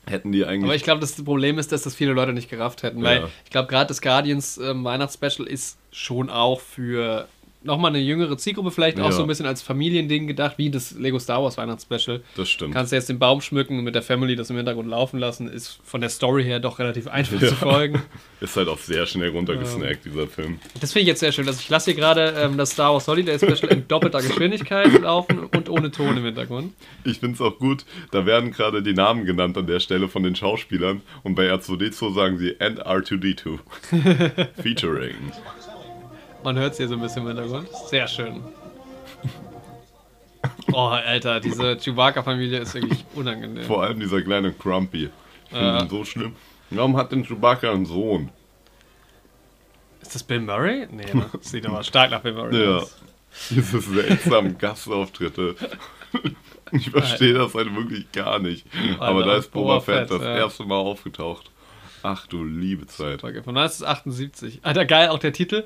Hätten die eigentlich. Aber ich glaube, das Problem ist, dass das viele Leute nicht gerafft hätten, weil Ja. ich glaube, gerade das Guardians ähm, Weihnachtsspecial ist schon auch für nochmal eine jüngere Zielgruppe, vielleicht auch Ja. so ein bisschen als Familiending gedacht, wie das Lego Star Wars Weihnachtsspecial. Das stimmt. Kannst du jetzt den Baum schmücken und mit der Family das im Hintergrund laufen lassen, ist von der Story her doch relativ einfach Ja. zu folgen. Ist halt auch sehr schnell runtergesnackt, dieser Film. Das finde ich jetzt sehr schön. Also ich lasse hier gerade ähm, das Star Wars Holiday Special in doppelter Geschwindigkeit laufen und ohne Ton im Hintergrund. Ich finde es auch gut, da werden gerade die Namen genannt an der Stelle von den Schauspielern und bei R2D2 sagen sie and R2D2. Featuring. Man hört es hier so ein bisschen im Hintergrund. Sehr schön. Oh, Alter, diese Chewbacca-Familie ist wirklich unangenehm. Vor allem dieser kleine Crumpy. Ich finde Ja. ihn so schlimm. Warum hat denn Chewbacca einen Sohn? Ist das Bill Murray? Nee, ne? sieht aber stark nach Bill Murray Ja. aus. Diese seltsamen Gastauftritte. Ich verstehe das halt wirklich gar nicht. Aber da ist Boba Fett das ja. erste Mal aufgetaucht. Ach du liebe Zeit. Okay, von 1978. Alter, Ah, geil, auch der Titel.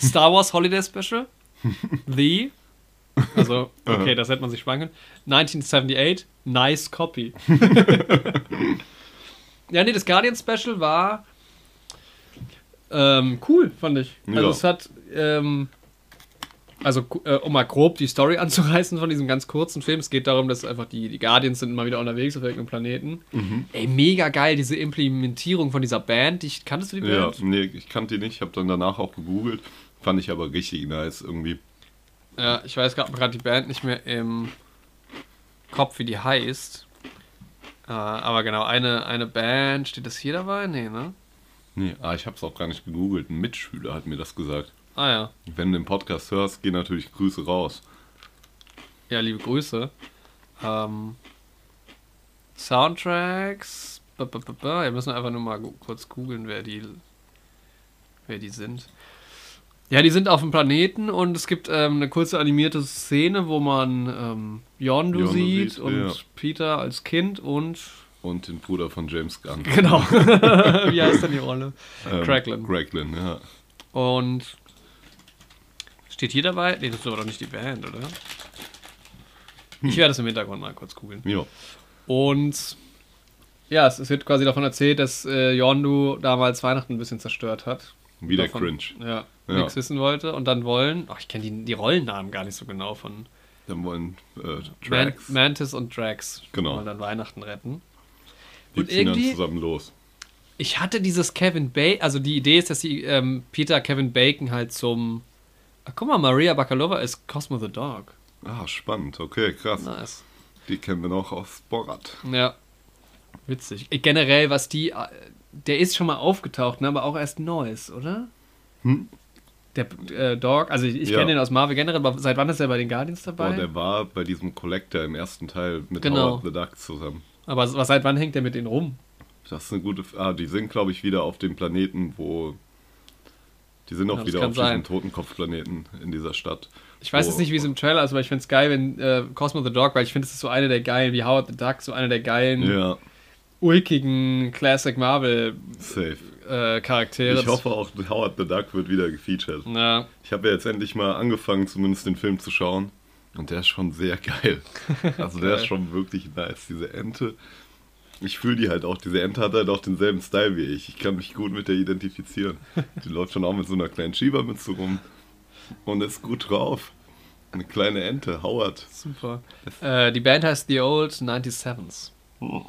Star Wars Holiday Special. The. Also, okay, das hätte man sich sparen können. 1978. Nice Copy. ja, nee, das Guardian Special war ähm, cool, fand ich. Also, Ja. es hat. Ähm, also, ku- äh, um mal grob die Story anzureißen von diesem ganz kurzen Film, es geht darum, dass einfach die, die Guardians sind mal wieder unterwegs auf irgendeinem Planeten. Mhm. Ey, mega geil, diese Implementierung von dieser Band. Ich, kanntest du die Ja, Band? nee, ich kannte die nicht, habe dann danach auch gegoogelt. Fand ich aber richtig nice irgendwie. Ja, ich weiß gerade die Band nicht mehr im Kopf, wie die heißt. Äh, aber genau, eine, eine Band, steht das hier dabei? Nee, ne? Nee, ah, ich habe es auch gar nicht gegoogelt. Ein Mitschüler hat mir das gesagt. Ah ja. Wenn du den Podcast hörst, gehen natürlich Grüße raus. Ja, liebe Grüße. Ähm, Soundtracks. ba, ba, ba, ba. Wir müssen einfach nur mal gu- kurz googeln, wer die, wer die sind. Ja, die sind auf dem Planeten und es gibt ähm, eine kurze animierte Szene, wo man ähm, Yondu, Yondu sieht, sieht, und ja. Peter als Kind und Und den Bruder von James Gunn. genau. Wie heißt denn die Rolle? Ähm, Cracklin. Cracklin, ja. Und steht hier dabei? Nee, das ist aber doch nicht die Band, oder? Hm. Ich werde es im Hintergrund mal kurz googeln. Jo. Und ja, es, es wird quasi davon erzählt, dass äh, Yondu damals Weihnachten ein bisschen zerstört hat. Wieder davon, cringe. Ja, Ja. nichts wissen wollte und dann wollen. Ach, ich kenne die, die Rollennamen gar nicht so genau von Dann wollen äh, Man, Drax. Mantis und Drax. Genau. Wollen dann Weihnachten retten. die und ziehen dann irgendwie- zusammen los. Ich hatte dieses Kevin Bacon, also die Idee ist, dass die ähm, Peter Kevin Bacon halt zum. Ach, guck mal, Maria Bakalova ist Cosmo the Dog. Ah, spannend. Okay, krass. Nice. Die kennen wir noch aus Borat. Ja. Witzig. Äh, Generell, was die. äh, Der ist schon mal aufgetaucht, ne? aber auch erst Neues, oder? Hm? Der äh, Dog, also ich, ich Ja. kenne den aus Marvel generell, aber seit wann ist er bei den Guardians dabei? Boah, der war bei diesem Collector im ersten Teil mit Genau. Howard the Duck zusammen. aber s- was, seit wann hängt der mit denen rum? Das ist eine gute. F ah, die sind, glaube ich, wieder auf dem Planeten, wo. Die sind auch das wieder kann auf sein. diesem Totenkopfplaneten in dieser Stadt. Ich weiß wo- jetzt nicht, wie es im Trailer ist, aber ich finde es geil, wenn äh, Cosmo the Dog, weil ich finde, es ist so eine der geilen, wie Howard the Duck, so eine der geilen, Ja, ulkigen Classic Marvel safe. äh, Charaktere. Ich hoffe auch, Howard the Duck wird wieder gefeatured. Ja, Ich habe ja jetzt endlich mal angefangen, zumindest den Film zu schauen. Und der ist schon sehr geil. Also der ist Geil. schon wirklich nice, diese Ente. Ich fühle die halt auch. Diese Ente hat halt auch denselben Style wie ich. Ich kann mich gut mit der identifizieren. Die läuft schon auch mit so einer kleinen Schiebermütze rum. Und ist gut drauf. Eine kleine Ente, Howard. super. Äh, die Band heißt The Old 97s. Und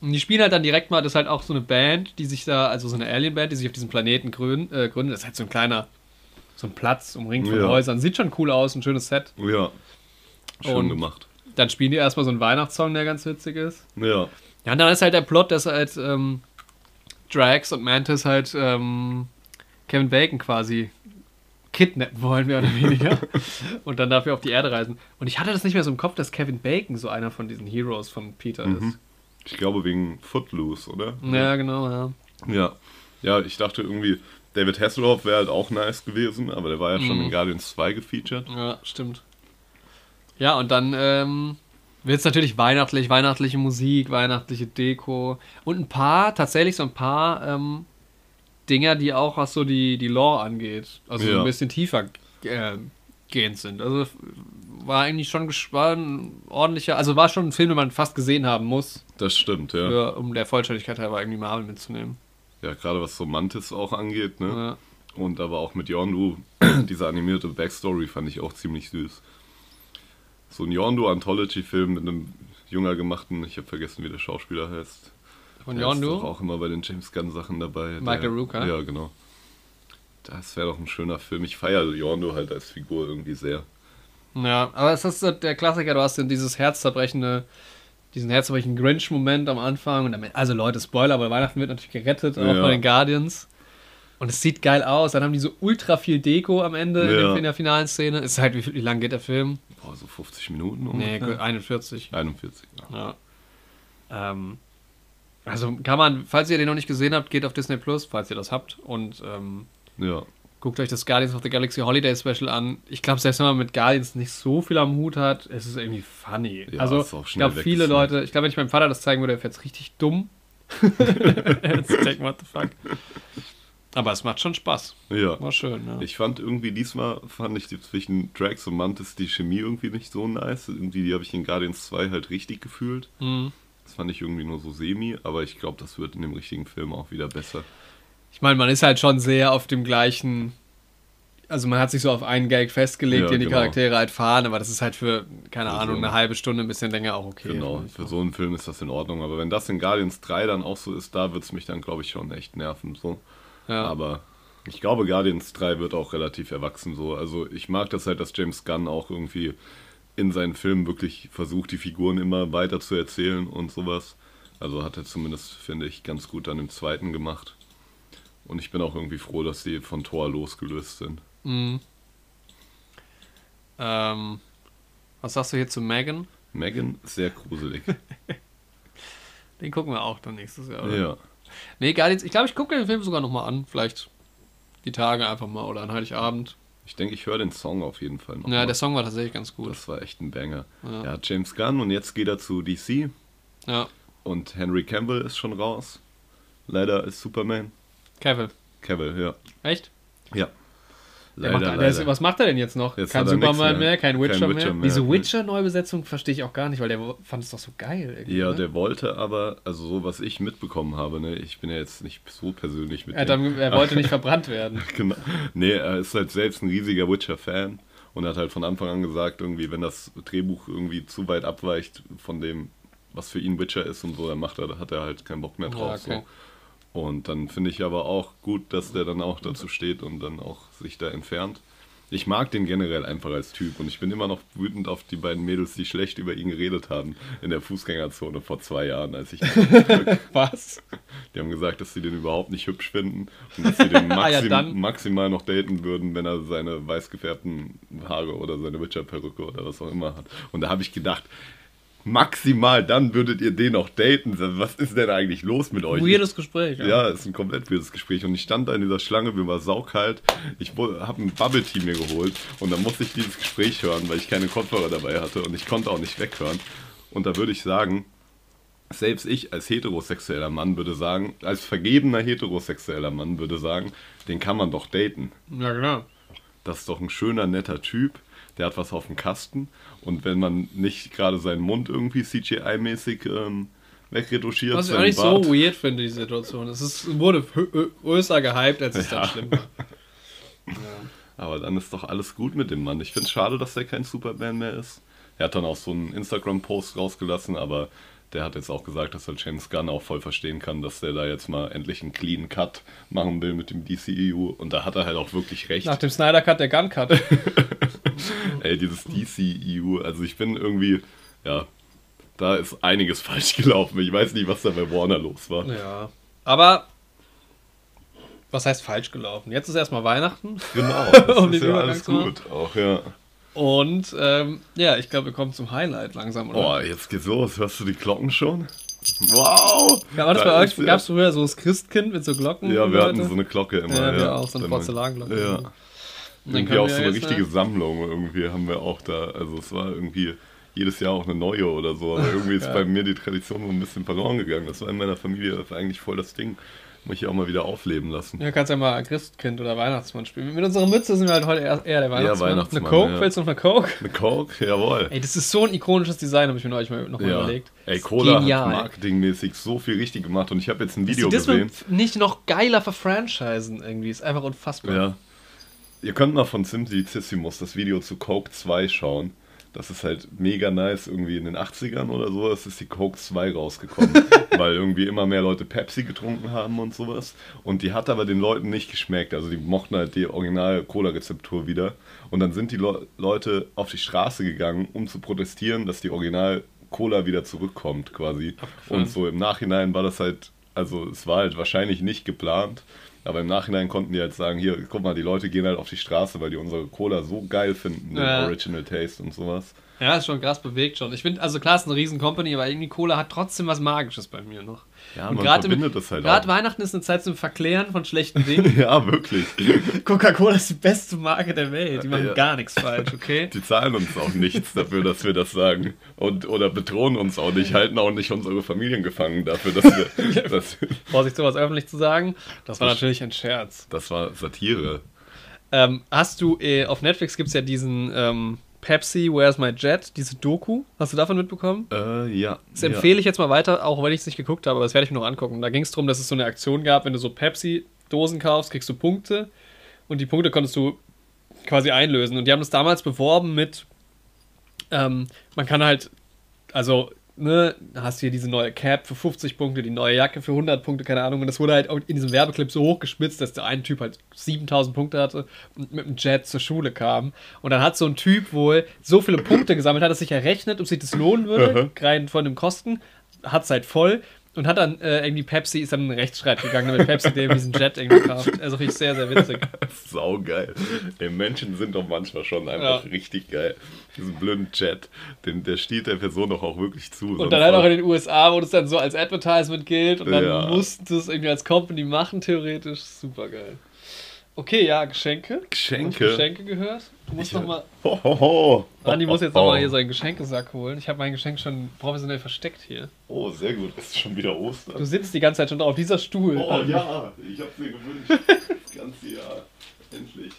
die spielen halt dann direkt mal, das ist halt auch so eine Band, die sich da, also so eine Alien-Band, die sich auf diesem Planeten grün, äh, gründet. Das ist halt so ein kleiner, so ein Platz umringt von Ja. Häusern. Sieht schon cool aus, ein schönes Set. Ja. Schön Und- gemacht. Dann spielen die erstmal so einen Weihnachtssong, der ganz witzig ist. Ja. Ja, und dann ist halt der Plot, dass halt ähm, Drax und Mantis halt ähm, Kevin Bacon quasi kidnappen wollen, mehr oder weniger. und dann dafür auf die Erde reisen. Und ich hatte das nicht mehr so im Kopf, dass Kevin Bacon so einer von diesen Heroes von Peter ist. Ich glaube wegen Footloose, oder? Ja, genau, ja. Ja. Ja, ich dachte irgendwie, David Hasselhoff wäre halt auch nice gewesen, aber der war ja Mhm. schon in Guardians 2 gefeatured. Ja, stimmt. Ja, und dann ähm, wird es natürlich weihnachtlich, weihnachtliche Musik, weihnachtliche Deko und ein paar, tatsächlich so ein paar ähm, Dinger, die auch was so die, die Lore angeht, also so Ja. ein bisschen tiefer äh, gehend sind. Also f- war eigentlich schon gesch- war ein ordentlicher, also war schon ein Film, den man fast gesehen haben muss, Das stimmt, ja. Ja, für, um der Vollständigkeit halber irgendwie Marvel mitzunehmen. gerade was so Mantis auch angeht, ne? Ja. Und aber auch mit Yondu diese animierte Backstory fand ich auch ziemlich süß. So ein Yondu-Anthology-Film mit einem jünger gemachten, ich habe vergessen, wie der Schauspieler heißt. Von Der Ist doch Yondu? auch immer bei den James Gunn-Sachen dabei. Michael der, Rooker? Ja, genau. Das wäre doch ein schöner Film. Ich feiere Yondu halt als Figur irgendwie sehr. Ja, aber es ist so der Klassiker, du hast dann dieses herzzerbrechende, diesen herzzerbrechenden Grinch-Moment am Anfang. Und am Ende- also Leute, Spoiler, weil Weihnachten wird natürlich gerettet, auch Ja. von den Guardians. Und es sieht geil aus. Dann haben die so ultra viel Deko am Ende in, Ja. dem, in der finalen Szene. Ist halt, wie, viel- wie lang geht der Film? Boah, so 50 Minuten Nee, ungefähr? gut, 41. 41. Ja. Ja. Ähm, also kann man, falls ihr den noch nicht gesehen habt, geht auf Disney Plus, falls ihr das habt. Und ähm, ja. Guckt euch das Guardians of the Galaxy Holiday Special an. Ich glaube, selbst wenn man mit Guardians nicht so viel am Hut hat, ist es irgendwie funny. Ja, also, ist auch ich schnell glaube, viele weggesnackt. Leute, ich glaube, wenn ich meinem Vater das zeigen würde, er fährt richtig dumm. Jetzt denkt, what the fuck. Aber es macht schon Spaß. Ja. War schön, ja. Ich fand irgendwie diesmal, fand ich die zwischen Drax und Mantis die Chemie irgendwie nicht so nice. Irgendwie die habe ich in Guardians 2 halt richtig gefühlt. Mhm. Das fand ich irgendwie nur so semi, aber ich glaube, das wird in dem richtigen Film auch wieder besser. Ich meine, man ist halt schon sehr auf dem gleichen. Also man hat sich so auf einen Gag festgelegt, Ja, den die genau. Charaktere halt fahren, aber das ist halt für, keine Für so Ahnung, ein- eine halbe Stunde ein bisschen länger auch okay. Genau, finde ich. für so einen Film ist das in Ordnung. Aber wenn das in Guardians 3 dann auch so ist, da wird es mich dann, glaube ich, schon echt nerven. So. Ja. Aber ich glaube, Guardians 3 wird auch relativ erwachsen so. Also ich mag das halt, dass James Gunn auch irgendwie in seinen Filmen wirklich versucht, die Figuren immer weiter zu erzählen und sowas. Also hat er zumindest, finde ich, ganz gut an dem zweiten gemacht. Und ich bin auch irgendwie froh, dass sie von Thor losgelöst sind. Mhm. Ähm, was sagst du hier zu Megan? Megan, sehr gruselig. Den gucken wir auch dann nächstes Jahr, oder? ja. Nee, Guardians, ich glaube, ich gucke den Film sogar nochmal an. Vielleicht die Tage einfach mal oder an Heiligabend. Ich denke, ich höre den Song auf jeden Fall noch. Ja, mal. der Song war tatsächlich ganz gut. Das war echt ein Banger. Ja. Ja. James Gunn und jetzt geht er zu DC Ja, und Henry Cavill ist schon raus. Leider ist Superman. Kevin. Cavill, ja. Echt? Ja. Der macht, Leider, der ist, leider. was macht er denn jetzt noch? Jetzt kein hat er nix Superman mehr, mehr. kein Kein Witcher, Witcher mehr. mehr. Diese Nee. Witcher-Neubesetzung verstehe ich auch gar nicht, weil der fand es doch so geil. irgendwie, ja, ne? der wollte aber, also so was ich mitbekommen habe, ne, ich bin ja jetzt nicht so persönlich mit er, hat dem. dann, er wollte nicht verbrannt werden. genau. Nee, er ist halt selbst ein riesiger Witcher-Fan und hat halt von Anfang an gesagt, irgendwie, wenn das Drehbuch irgendwie zu weit abweicht von dem, was für ihn Witcher ist und so, dann macht er, hat er halt keinen Bock mehr Ja, drauf. okay. so. Und dann finde ich aber auch gut, dass der dann auch dazu steht und dann auch sich da entfernt. Ich mag den generell einfach als Typ und ich bin immer noch wütend auf die beiden Mädels, die schlecht über ihn geredet haben in der Fußgängerzone vor zwei Jahren, als ich Was? die haben gesagt, dass sie den überhaupt nicht hübsch finden und dass sie den Ah, ja, maxim dann. maximal noch daten würden, wenn er seine weiß gefärbten Haare oder seine Witcher-Perücke oder was auch immer hat. Und da habe ich gedacht, maximal dann würdet ihr den noch daten. Was ist denn eigentlich los mit euch? Weirdes Gespräch. ja, ist ein komplett wildes Gespräch. Und ich stand da in dieser Schlange, mir war saukalt. Ich habe ein Bubble Tea mir geholt und dann musste ich dieses Gespräch hören, weil ich keine Kopfhörer dabei hatte und ich konnte auch nicht weghören. Und da würde ich sagen, selbst ich als heterosexueller Mann würde sagen, als vergebener heterosexueller Mann würde sagen, den kann man doch daten. Ja, genau. Das ist doch ein schöner, netter Typ. Der hat was auf dem Kasten. Und wenn man nicht gerade seinen Mund irgendwie CGI-mäßig ähm, wegretuschiert, Was ich auch seinen nicht Bart- so weird finde, die Situation. Es ist, wurde hö- ö- größer gehypt, als es Ja. dann schlimm war. Aber dann ist doch alles gut mit dem Mann. Ich finde es schade, dass er kein Superman mehr ist. Er hat dann auch so einen Instagram-Post rausgelassen, aber der hat jetzt auch gesagt, dass er James Gunn auch voll verstehen kann, dass der da jetzt mal endlich einen clean Cut machen will mit dem DCEU. Und da hat er halt auch wirklich recht. Nach dem Snyder Cut, der Gun Cut. Ey, dieses DCEU, also ich bin irgendwie, ja, da ist einiges falsch gelaufen. Ich weiß nicht, was da bei Warner los war. ja. Aber was heißt falsch gelaufen? Jetzt ist erstmal Weihnachten Genau, das Um den ist ja Übergang alles zu machen. gut. Auch, ja. und ähm, ja, ich glaube, wir kommen zum Highlight langsam. Oder? Boah, jetzt geht's los. Hörst du die Glocken schon? Wow! ja, war das Da bei ist euch? ja- Gab es früher so das Christkind mit so Glocken? Ja, wir hatten Leute? so eine Glocke immer. Ja, wir auch, so eine genau. Dann- Porzellanglocke. Ja. Dann irgendwie können auch wir so eine jetzt, richtige ne? Sammlung irgendwie haben wir auch da. Also es war irgendwie jedes Jahr auch eine neue oder so. Aber irgendwie ist bei mir die Tradition so ein bisschen verloren gegangen. Das war in meiner Familie das war eigentlich voll das Ding. Muss ich auch mal wieder aufleben lassen. Ja, ne, kannst ja mal Christkind oder Weihnachtsmann spielen. Mit unserer Mütze sind wir halt heute eher eher der Weihnachtsmann. Weihnachtsmann, eine Coke? ja. Willst du noch eine Coke? Eine Coke, jawohl. Ey, das ist so ein ikonisches Design, habe ich mir neulich mal nochmal ja. überlegt. Ey, Das ist Cola genial. hat marketingmäßig so viel richtig gemacht und ich habe jetzt ein Dass Video die das gesehen. mit nicht noch geiler verfranchisen irgendwie, ist einfach unfassbar. Ja. Ihr könnt mal von Simplicissimus das Video zu Coke 2 schauen. Das ist halt mega nice, irgendwie in den 80ern oder sowas ist die Coke 2 rausgekommen, weil irgendwie immer mehr Leute Pepsi getrunken haben und sowas. Und die hat aber den Leuten nicht geschmeckt, also die mochten halt die originale Cola-Rezeptur wieder. Und dann sind die Le Leute auf die Straße gegangen, um zu protestieren, dass die Original Cola wieder zurückkommt quasi. Und so im Nachhinein war das halt, also es war halt wahrscheinlich nicht geplant, aber im Nachhinein konnten die halt sagen, hier, guck mal, die Leute gehen halt auf die Straße, weil die unsere Cola so geil finden, den Ja. Original Taste und sowas. Ja, ist schon krass bewegt schon. Ich finde, also klar, es ist eine riesen Company, aber irgendwie Cola hat trotzdem was Magisches bei mir noch. Ja, Und man gerade im- verbindet das halt Gerade auch. Weihnachten ist eine Zeit zum Verklären von schlechten Dingen. Ja, wirklich. Coca-Cola ist die beste Marke der Welt. Die machen Ja. gar nichts falsch, okay? Die zahlen uns auch nichts dafür, dass wir das sagen. Und, oder bedrohen uns auch nicht, halten auch nicht unsere Familien gefangen dafür, dass wir. Das, Vorsicht, sowas öffentlich zu sagen. Das war natürlich ein Scherz. das war Satire. Ähm, hast du, äh, auf Netflix gibt es ja diesen ähm, Pepsi, Where's My Jet, diese Doku. Hast du davon mitbekommen? Äh, ja. Das empfehle ich jetzt mal weiter, auch wenn ich es nicht geguckt habe, aber das werde ich mir noch angucken. Da ging es darum, dass es so eine Aktion gab, wenn du so Pepsi-Dosen kaufst, kriegst du Punkte und die Punkte konntest du quasi einlösen. Und die haben das damals beworben mit, ähm, man kann halt, also, ne, hast hier diese neue Cap für 50 Punkte, die neue Jacke für 100 Punkte, keine Ahnung. Und das wurde halt auch in diesem Werbeclip so hochgespitzt, dass der eine Typ halt 7000 Punkte hatte und mit dem Jet zur Schule kam. Und dann hat so ein Typ wohl so viele Punkte gesammelt, hat es sich errechnet, ob sich das lohnen würde, rein von den Kosten, hat es halt voll. Und hat dann äh, irgendwie Pepsi, ist dann in einen Rechtsstreit gegangen, damit Pepsi dem diesen Jet irgendwie kauft. Also finde ich sehr, sehr witzig. Das ist saugeil. Ey, Menschen sind doch manchmal schon einfach Ja. richtig geil. Diesen blöden Chat, den, der steht der Person doch auch wirklich zu. Und dann halt auch in den USA, wo das dann so als Advertisement gilt und dann Ja. mussten sie es irgendwie als Company machen, theoretisch. Super geil. Okay, ja, Geschenke. Hab ich Geschenke. äh, Geschenke gehört. Du musst nochmal. Ho, ho, ho. Andi muss jetzt Ho, ho, nochmal ho. hier seinen Geschenkesack holen. Ich habe mein Geschenk schon professionell versteckt hier. Oh, sehr gut. Es ist schon wieder Du Ostern. sitzt die ganze Zeit schon drauf, dieser Stuhl. Oh Andi. ja, ich hab's mir gewünscht. Das ganze Jahr. Endlich.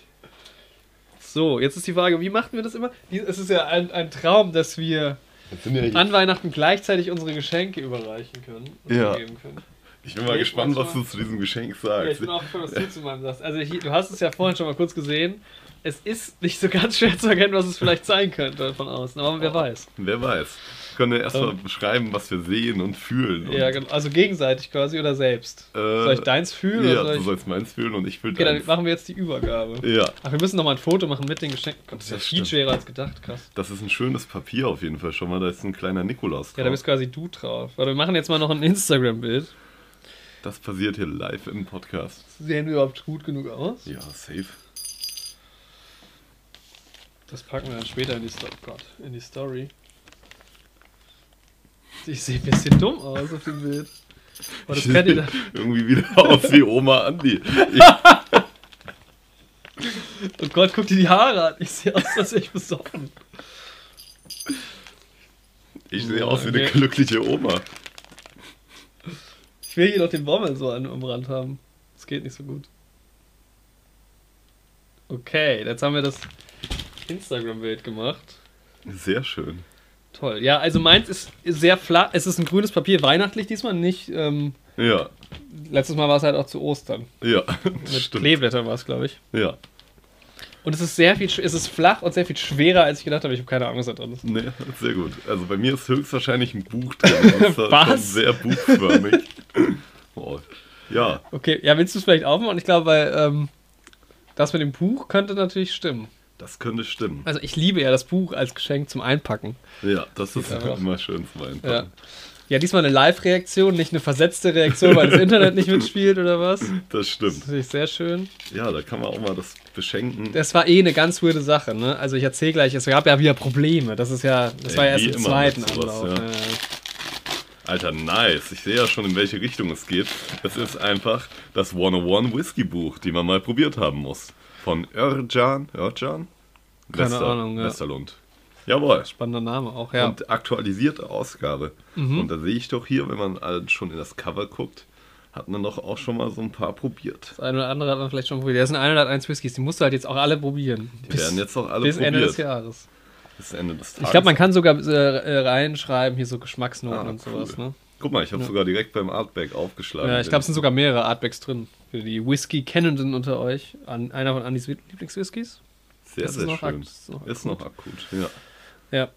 So, jetzt ist die Frage, wie machten wir das immer? Die- Es ist ja ein, ein Traum, dass wir Jetzt sind ja hier an Weihnachten gleichzeitig unsere Geschenke überreichen können und Ja. vergeben können. Ich bin mal Nee, gespannt, was manchmal- du zu diesem Geschenk Ja, ich sagst. bin auch gespannt, was du zu meinem sagst. Also hier, du hast es ja vorhin schon mal kurz gesehen. Es ist nicht so ganz schwer zu erkennen, was es vielleicht sein könnte von außen, aber Oh. wer weiß. Wer weiß. Wir können ja erstmal beschreiben, was wir sehen und fühlen. Und, Ähm. Ja, genau. Also gegenseitig quasi oder selbst. Äh, soll ich deins fühlen Ja, oder soll du ich. sollst meins fühlen und ich will okay, dann deins. machen wir jetzt die Übergabe. Ja, Ach, wir müssen nochmal ein Foto machen mit den Geschenken. Gott, das ist ja Das viel stimmt. schwerer als gedacht, krass. das ist ein schönes Papier auf jeden Fall schon mal. Da ist ein kleiner Nikolaus drauf. Ja, da bist quasi du drauf. Warte, wir machen jetzt mal noch ein Instagram-Bild. das passiert hier live im Podcast. Sehen wir überhaupt gut genug aus? Ja, safe. Oh, Das packen wir dann später in die, Sto oh Gott, in die Story. Ich sehe ein bisschen dumm aus auf dem Bild. Aber das Ich könnt ihr seh dann. Irgendwie wieder aus wie Oma Andi. Oh Gott, guck dir die Haare an. Ich sehe aus, als wäre ich besoffen. Ich sehe aus wie eine Okay. glückliche Oma. Ich will hier noch den Bommel so an, am Rand haben. Das geht nicht so gut. Okay, jetzt haben wir das Instagram-Bild gemacht. Sehr schön. Toll. Ja, also meins ist sehr flach. Es ist ein grünes Papier, weihnachtlich diesmal nicht. Ähm, Ja, letztes Mal war es halt auch zu Ostern. ja. Mit Stimmt. Kleeblätter war es, glaube ich. Ja. Und es ist sehr viel, sch- es ist flach und sehr viel schwerer, als ich gedacht habe. Ich habe keine Ahnung, was da drin ist. Nee, sehr gut. Also bei mir ist höchstwahrscheinlich ein Buch drin. Das ist halt Was? schon sehr buchförmig. oh. Ja, Okay, ja, willst du es vielleicht aufmachen? Ich glaube, weil ähm, das mit dem Buch könnte natürlich stimmen. das könnte stimmen. Also ich liebe ja das Buch als Geschenk zum Einpacken. Ja, das ist einfach- immer schön zu Ja. einpacken. Ja, diesmal eine Live-Reaktion, nicht eine versetzte Reaktion, weil das Internet nicht mitspielt oder was. Das Das ist stimmt. natürlich sehr schön. Ja, da kann man auch mal das beschenken. Das war eh eine ganz weirde Sache, ne? Also ich erzähle gleich, es gab ja wieder Probleme. Das ist ja, das Ey, war ja erst wie im immer zweiten mit sowas, Anlauf. ja. Ja. Alter, nice. Ich sehe ja schon, in welche Richtung es geht. Das ist einfach das 101 Whisky Buch, die man mal probiert haben muss. Von Örjan. Örjan? Keine Ahnung, ja. Westerlund. Jawohl. Spannender Name auch, ja. Mhm. und aktualisierte Ausgabe. Und da sehe ich doch hier, wenn man halt schon in das Cover guckt, hat man doch auch schon mal so ein paar probiert. das eine oder andere hat man vielleicht schon probiert. Das sind 101 Whiskys, die musst du halt jetzt auch alle probieren. Die werden jetzt auch alle bis probiert. Ende des Jahres. Bis Ende des Tages. Ich glaube, man kann sogar äh, äh, reinschreiben, hier so Geschmacksnoten Ah, und sowas, cool. ne? Guck mal, ich habe sogar direkt beim Artback aufgeschlagen. Ja, ich glaube, es sind sogar mehrere Artbacks drin. Für die Whisky-Kennenden unter euch. An, einer von Andys Lieblingswhiskys. sehr, ist sehr noch schön. ak- ist noch Ist noch akut, ja. Ja.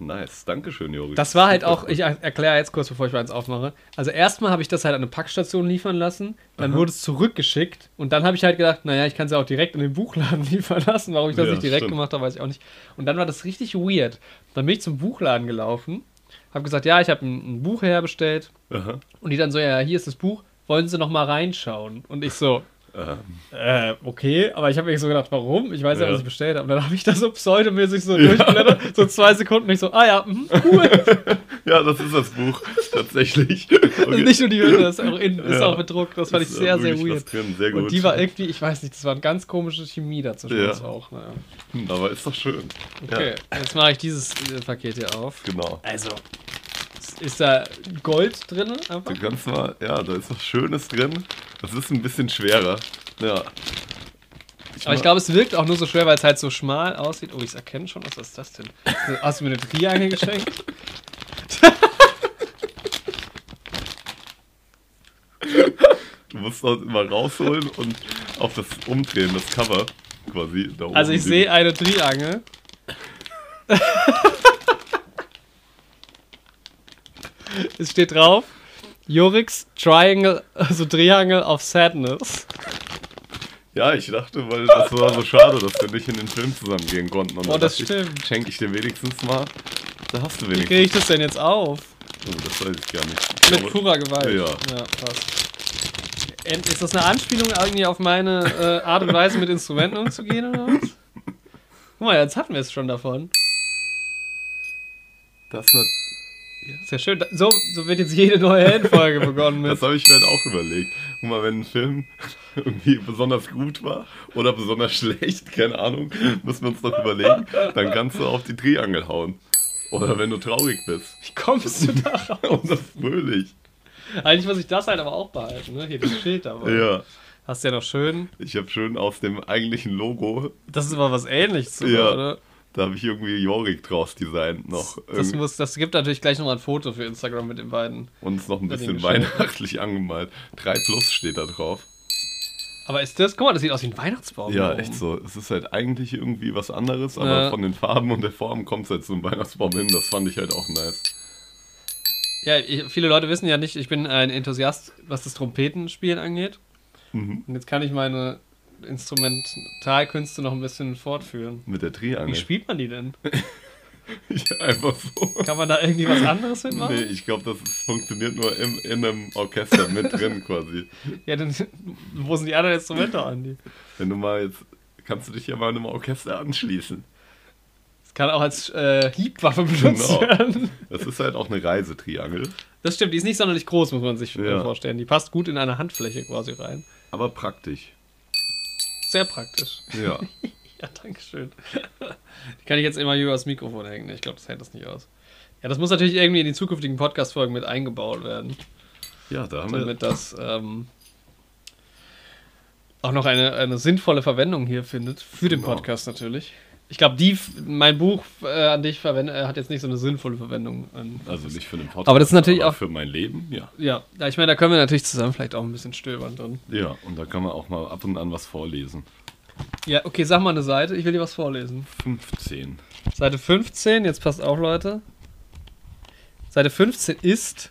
Nice, Dankeschön, Jori. Das war halt auch, ich er- erkläre jetzt kurz, bevor ich meins aufmache. Also erstmal habe ich das halt an eine Packstation liefern lassen, dann wurde es zurückgeschickt und dann habe ich halt gedacht, naja, ich kann es ja auch direkt in den Buchladen liefern lassen. Warum ich das Ja, nicht direkt stimmt. gemacht habe, weiß ich auch nicht. Und dann war das richtig weird. Dann bin ich zum Buchladen gelaufen, habe gesagt, ja, ich habe ein, ein Buch herbestellt Aha. und die dann so, ja, hier ist das Buch, wollen Sie noch mal reinschauen? Und ich so, Ähm, äh, okay, aber ich habe mir so gedacht, warum? Ich weiß ja, Ja. was ich bestellt habe. Und dann habe ich das so pseudomäßig so durchblättert, so zwei Sekunden, und ich so, ah ja, mhm, cool. ja, das ist das Buch, tatsächlich. Also Okay. nicht nur die Hülle, das ist auch, in, ist Ja. auch mit Druck. Das fand ich Ist, äh, sehr, sehr wirklich was weird. Drin. Sehr gut. Und die war irgendwie, ich weiß nicht, das war eine ganz komische Chemie dazwischen Ja. uns auch. Naja. Aber ist doch schön. Okay, Ja, jetzt mache ich dieses äh, Paket hier auf. genau. Also, es ist da Gold drin? Einfach? Du kannst mal, ja, da ist was Schönes drin. Das ist ein bisschen schwerer. Ja. Aber ich glaube, es wirkt auch nur so schwer, weil es halt so schmal aussieht. Oh, ich erkenne schon, was ist das denn? Hast du mir eine Trier eingeschenkt? Du musst das immer rausholen und auf das umdrehen, das Cover quasi. Da oben Also ich die- sehe eine Triangel. es steht drauf, Jorix Triangle, also Triangle of Sadness. Ja, ich dachte, weil das war so schade, dass wir nicht in den Film zusammengehen konnten. Und Oh, dann das dachte ich, stimmt. Schenke ich dir wenigstens mal. Da hast du Wie kriege wenigstens. ich das denn jetzt auf? Oh, das weiß ich gar nicht. Ich Mit glaube- purer Gewalt. Ja. passt. Und ist das eine Anspielung irgendwie auf meine äh, Art und Weise, mit Instrumenten umzugehen oder was? Guck mal, jetzt hatten wir es schon davon. Das, nat- Ist ja schön. Da- So, so wird jetzt jede neue Heldenfolge begonnen mit. das habe ich mir halt auch überlegt. Guck mal, wenn ein Film irgendwie besonders gut war oder besonders schlecht, keine Ahnung, müssen wir uns doch überlegen, dann kannst du auf die Triangel hauen. Oder wenn du traurig bist. Wie kommst du darauf? Oder fröhlich. Eigentlich muss ich das halt aber auch behalten, ne? Hier das Schild aber. Ja. Hast du ja noch schön. Ich habe schön aus dem eigentlichen Logo, Das ist aber was ähnliches, Ja. oder? da habe ich irgendwie Jorik draus designt noch. Das, Irgendwie- muss, das gibt natürlich gleich nochmal ein Foto für Instagram mit den beiden. Und ist noch ein Hat ihn bisschen geschenkt. weihnachtlich angemalt. 3 plus steht da drauf. Aber ist das, guck mal, das sieht aus wie ein Weihnachtsbaum. Ja, oben. echt so. Es ist halt eigentlich irgendwie was anderes, aber Ja. von den Farben und der Form kommt es halt zum Weihnachtsbaum hin. Das fand ich halt auch nice. Ja, ich, viele Leute wissen ja nicht, ich bin ein Enthusiast, was das Trompetenspielen angeht. Mhm. Und jetzt kann ich meine Instrumentalkünste noch ein bisschen fortführen. Mit der Wie Triangel. spielt man die denn? Ich einfach so. Kann man da irgendwie was anderes mitmachen? Nee, ich glaube, das ist, funktioniert nur im, in einem Orchester mit drin quasi. Ja, dann wo sind die anderen Instrumente an die? Wenn du mal jetzt. Kannst du dich ja mal einem Orchester anschließen. Das kann auch als äh, Hiebwaffe benutzt Genau. werden. Das ist halt auch eine Reisetriangel, Das stimmt, die ist nicht sonderlich groß, muss man sich äh, Ja. vorstellen. Die passt gut in eine Handfläche quasi rein. aber praktisch. Sehr praktisch. Ja. Ja, danke schön. Die kann ich jetzt immer über das Mikrofon hängen. Ich glaube, das hält das nicht aus. Ja, das muss natürlich irgendwie in die zukünftigen Podcast-Folgen mit eingebaut werden, Ja, da haben wir. damit das ähm, auch noch eine, eine sinnvolle Verwendung hier findet. Für den Genau. Podcast natürlich. Ich glaube, die, mein Buch äh, an dich verwend, äh, hat jetzt nicht so eine sinnvolle Verwendung. Ähm, Also nicht für den Podcast. Aber das ist natürlich aber auch- Für mein Leben, ja. ja, ja, ich meine, da können wir natürlich zusammen vielleicht auch ein bisschen stöbern drin. Ja, und da kann man auch mal ab und an was vorlesen. Ja, okay, sag mal eine Seite. Ich will dir was vorlesen. 15. Seite 15, jetzt passt auf, Leute. Seite 15 ist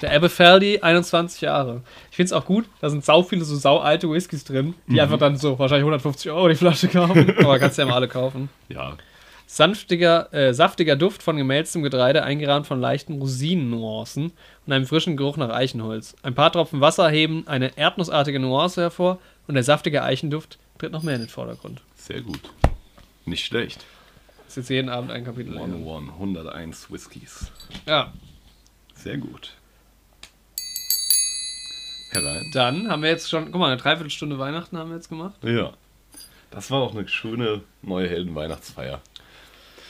der Aberfeldy, 21 Jahre. Ich finde es auch gut, da sind sau viele so sau alte Whiskys drin, die einfach dann so wahrscheinlich 150 Euro die Flasche kaufen. Aber kannst ja mal alle kaufen. Ja, Sanftiger, äh, saftiger Duft von gemälztem Getreide, eingerahmt von leichten Rosinennuancen und einem frischen Geruch nach Eichenholz. Ein paar Tropfen Wasser heben eine erdnussartige Nuance hervor und der saftige Eichenduft tritt noch mehr in den Vordergrund. sehr gut. Nicht schlecht. Ist jetzt jeden Abend ein Kapitel. länger. 101, 101 Whiskys. Ja, Sehr gut. Herein. Dann haben wir jetzt schon, guck mal, eine Dreiviertelstunde Weihnachten haben wir jetzt gemacht. Ja. Das war auch eine schöne neue Helden-Weihnachtsfeier.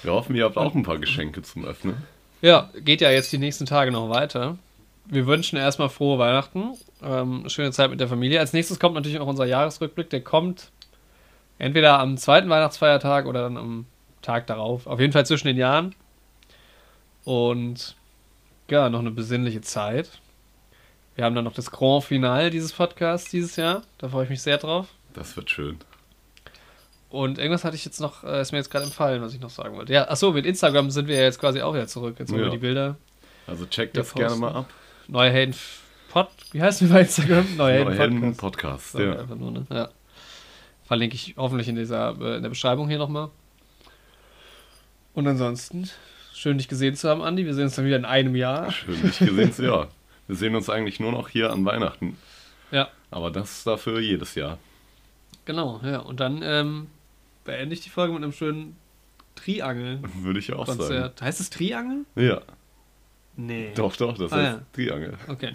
Wir hoffen, ihr habt auch ein paar Geschenke zum Öffnen. Ja, geht ja jetzt die nächsten Tage noch weiter. Wir wünschen erstmal frohe Weihnachten, ähm, eine schöne Zeit mit der Familie. Als nächstes kommt natürlich auch unser Jahresrückblick, der kommt entweder am zweiten Weihnachtsfeiertag oder dann am Tag darauf. Auf jeden Fall zwischen den Jahren. Und ja, noch eine besinnliche Zeit. Wir haben dann noch das Grand Finale dieses Podcasts dieses Jahr. Da freue ich mich sehr drauf. Das wird schön. Und irgendwas hatte ich jetzt noch, äh, ist mir jetzt gerade entfallen, was ich noch sagen wollte. Ja, achso, mit Instagram sind wir ja jetzt quasi auch wieder zurück. Jetzt haben wir Ja. die Bilder. Also checkt Wir das gerne posten. mal ab. Neue Hayden F- Pod. Wie heißt wir bei Instagram? Neue Neue Hayden Helden Podcast. Podcast. Sagen wir ja. Einfach nur, ne? ja. Verlinke ich hoffentlich in, dieser, äh, in der Beschreibung hier nochmal. Und ansonsten, schön dich gesehen zu haben, Andi. Wir sehen uns dann wieder in einem Jahr. Schön, dich gesehen zu, ja. Wir sehen uns eigentlich nur noch hier an Weihnachten. Ja, Aber das dafür jedes Jahr. genau. Ja. Und dann ähm, beende ich die Folge mit einem schönen Triangel-Konzert. Würde ich auch sagen. Heißt es Triangel? Ja, Nee. doch, doch, das Ah, heißt ja. Triangel. Okay.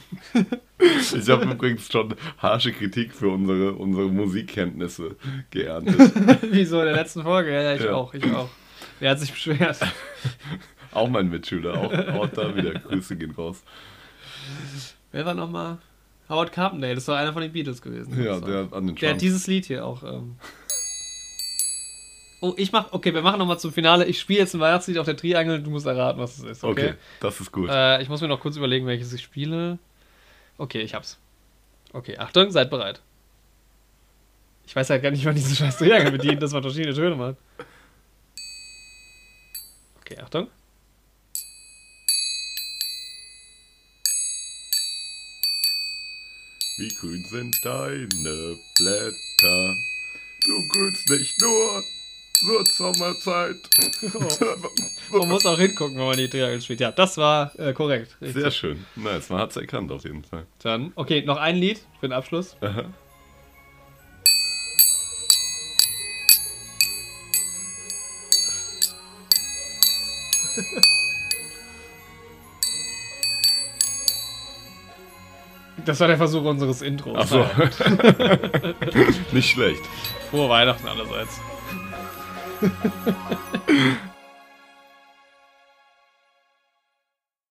Ich habe übrigens schon harsche Kritik für unsere, unsere Musikkenntnisse geerntet. Wieso in der letzten Folge? Ja, ja, ich Ja. auch, ich auch. Wer hat sich beschwert? auch mein Mitschüler, auch, auch da wieder. Grüße gehen raus. Wer war nochmal? Howard Carpendale, das war einer von den Beatles gewesen. Ja, Das war- der an den der hat Schwanz. dieses Lied hier auch. Ähm. Oh, ich mach. Okay, wir machen nochmal zum Finale. Ich spiele jetzt ein Weihnachtslied auf der Triangel und du musst erraten, was es ist. Okay. Okay. das ist gut. Äh, ich muss mir noch kurz überlegen, welches ich spiele. Okay, ich hab's. Okay, Achtung, seid bereit. Ich weiß halt gar nicht, wann diese scheiß Triangel bedient, dass man verschiedene Töne macht. Okay, Achtung. Wie grün sind deine Blätter? Du grünst nicht nur zur Sommerzeit. Man muss auch hingucken, wenn man die Triangel spielt. Ja, das war äh, korrekt. Richtig. Sehr schön. Nice, man hat es erkannt auf jeden Fall. Dann, okay, noch ein Lied für den Abschluss. Aha. Das war der Versuch unseres Intros. Ach so. Nicht schlecht. Frohe Weihnachten allerseits.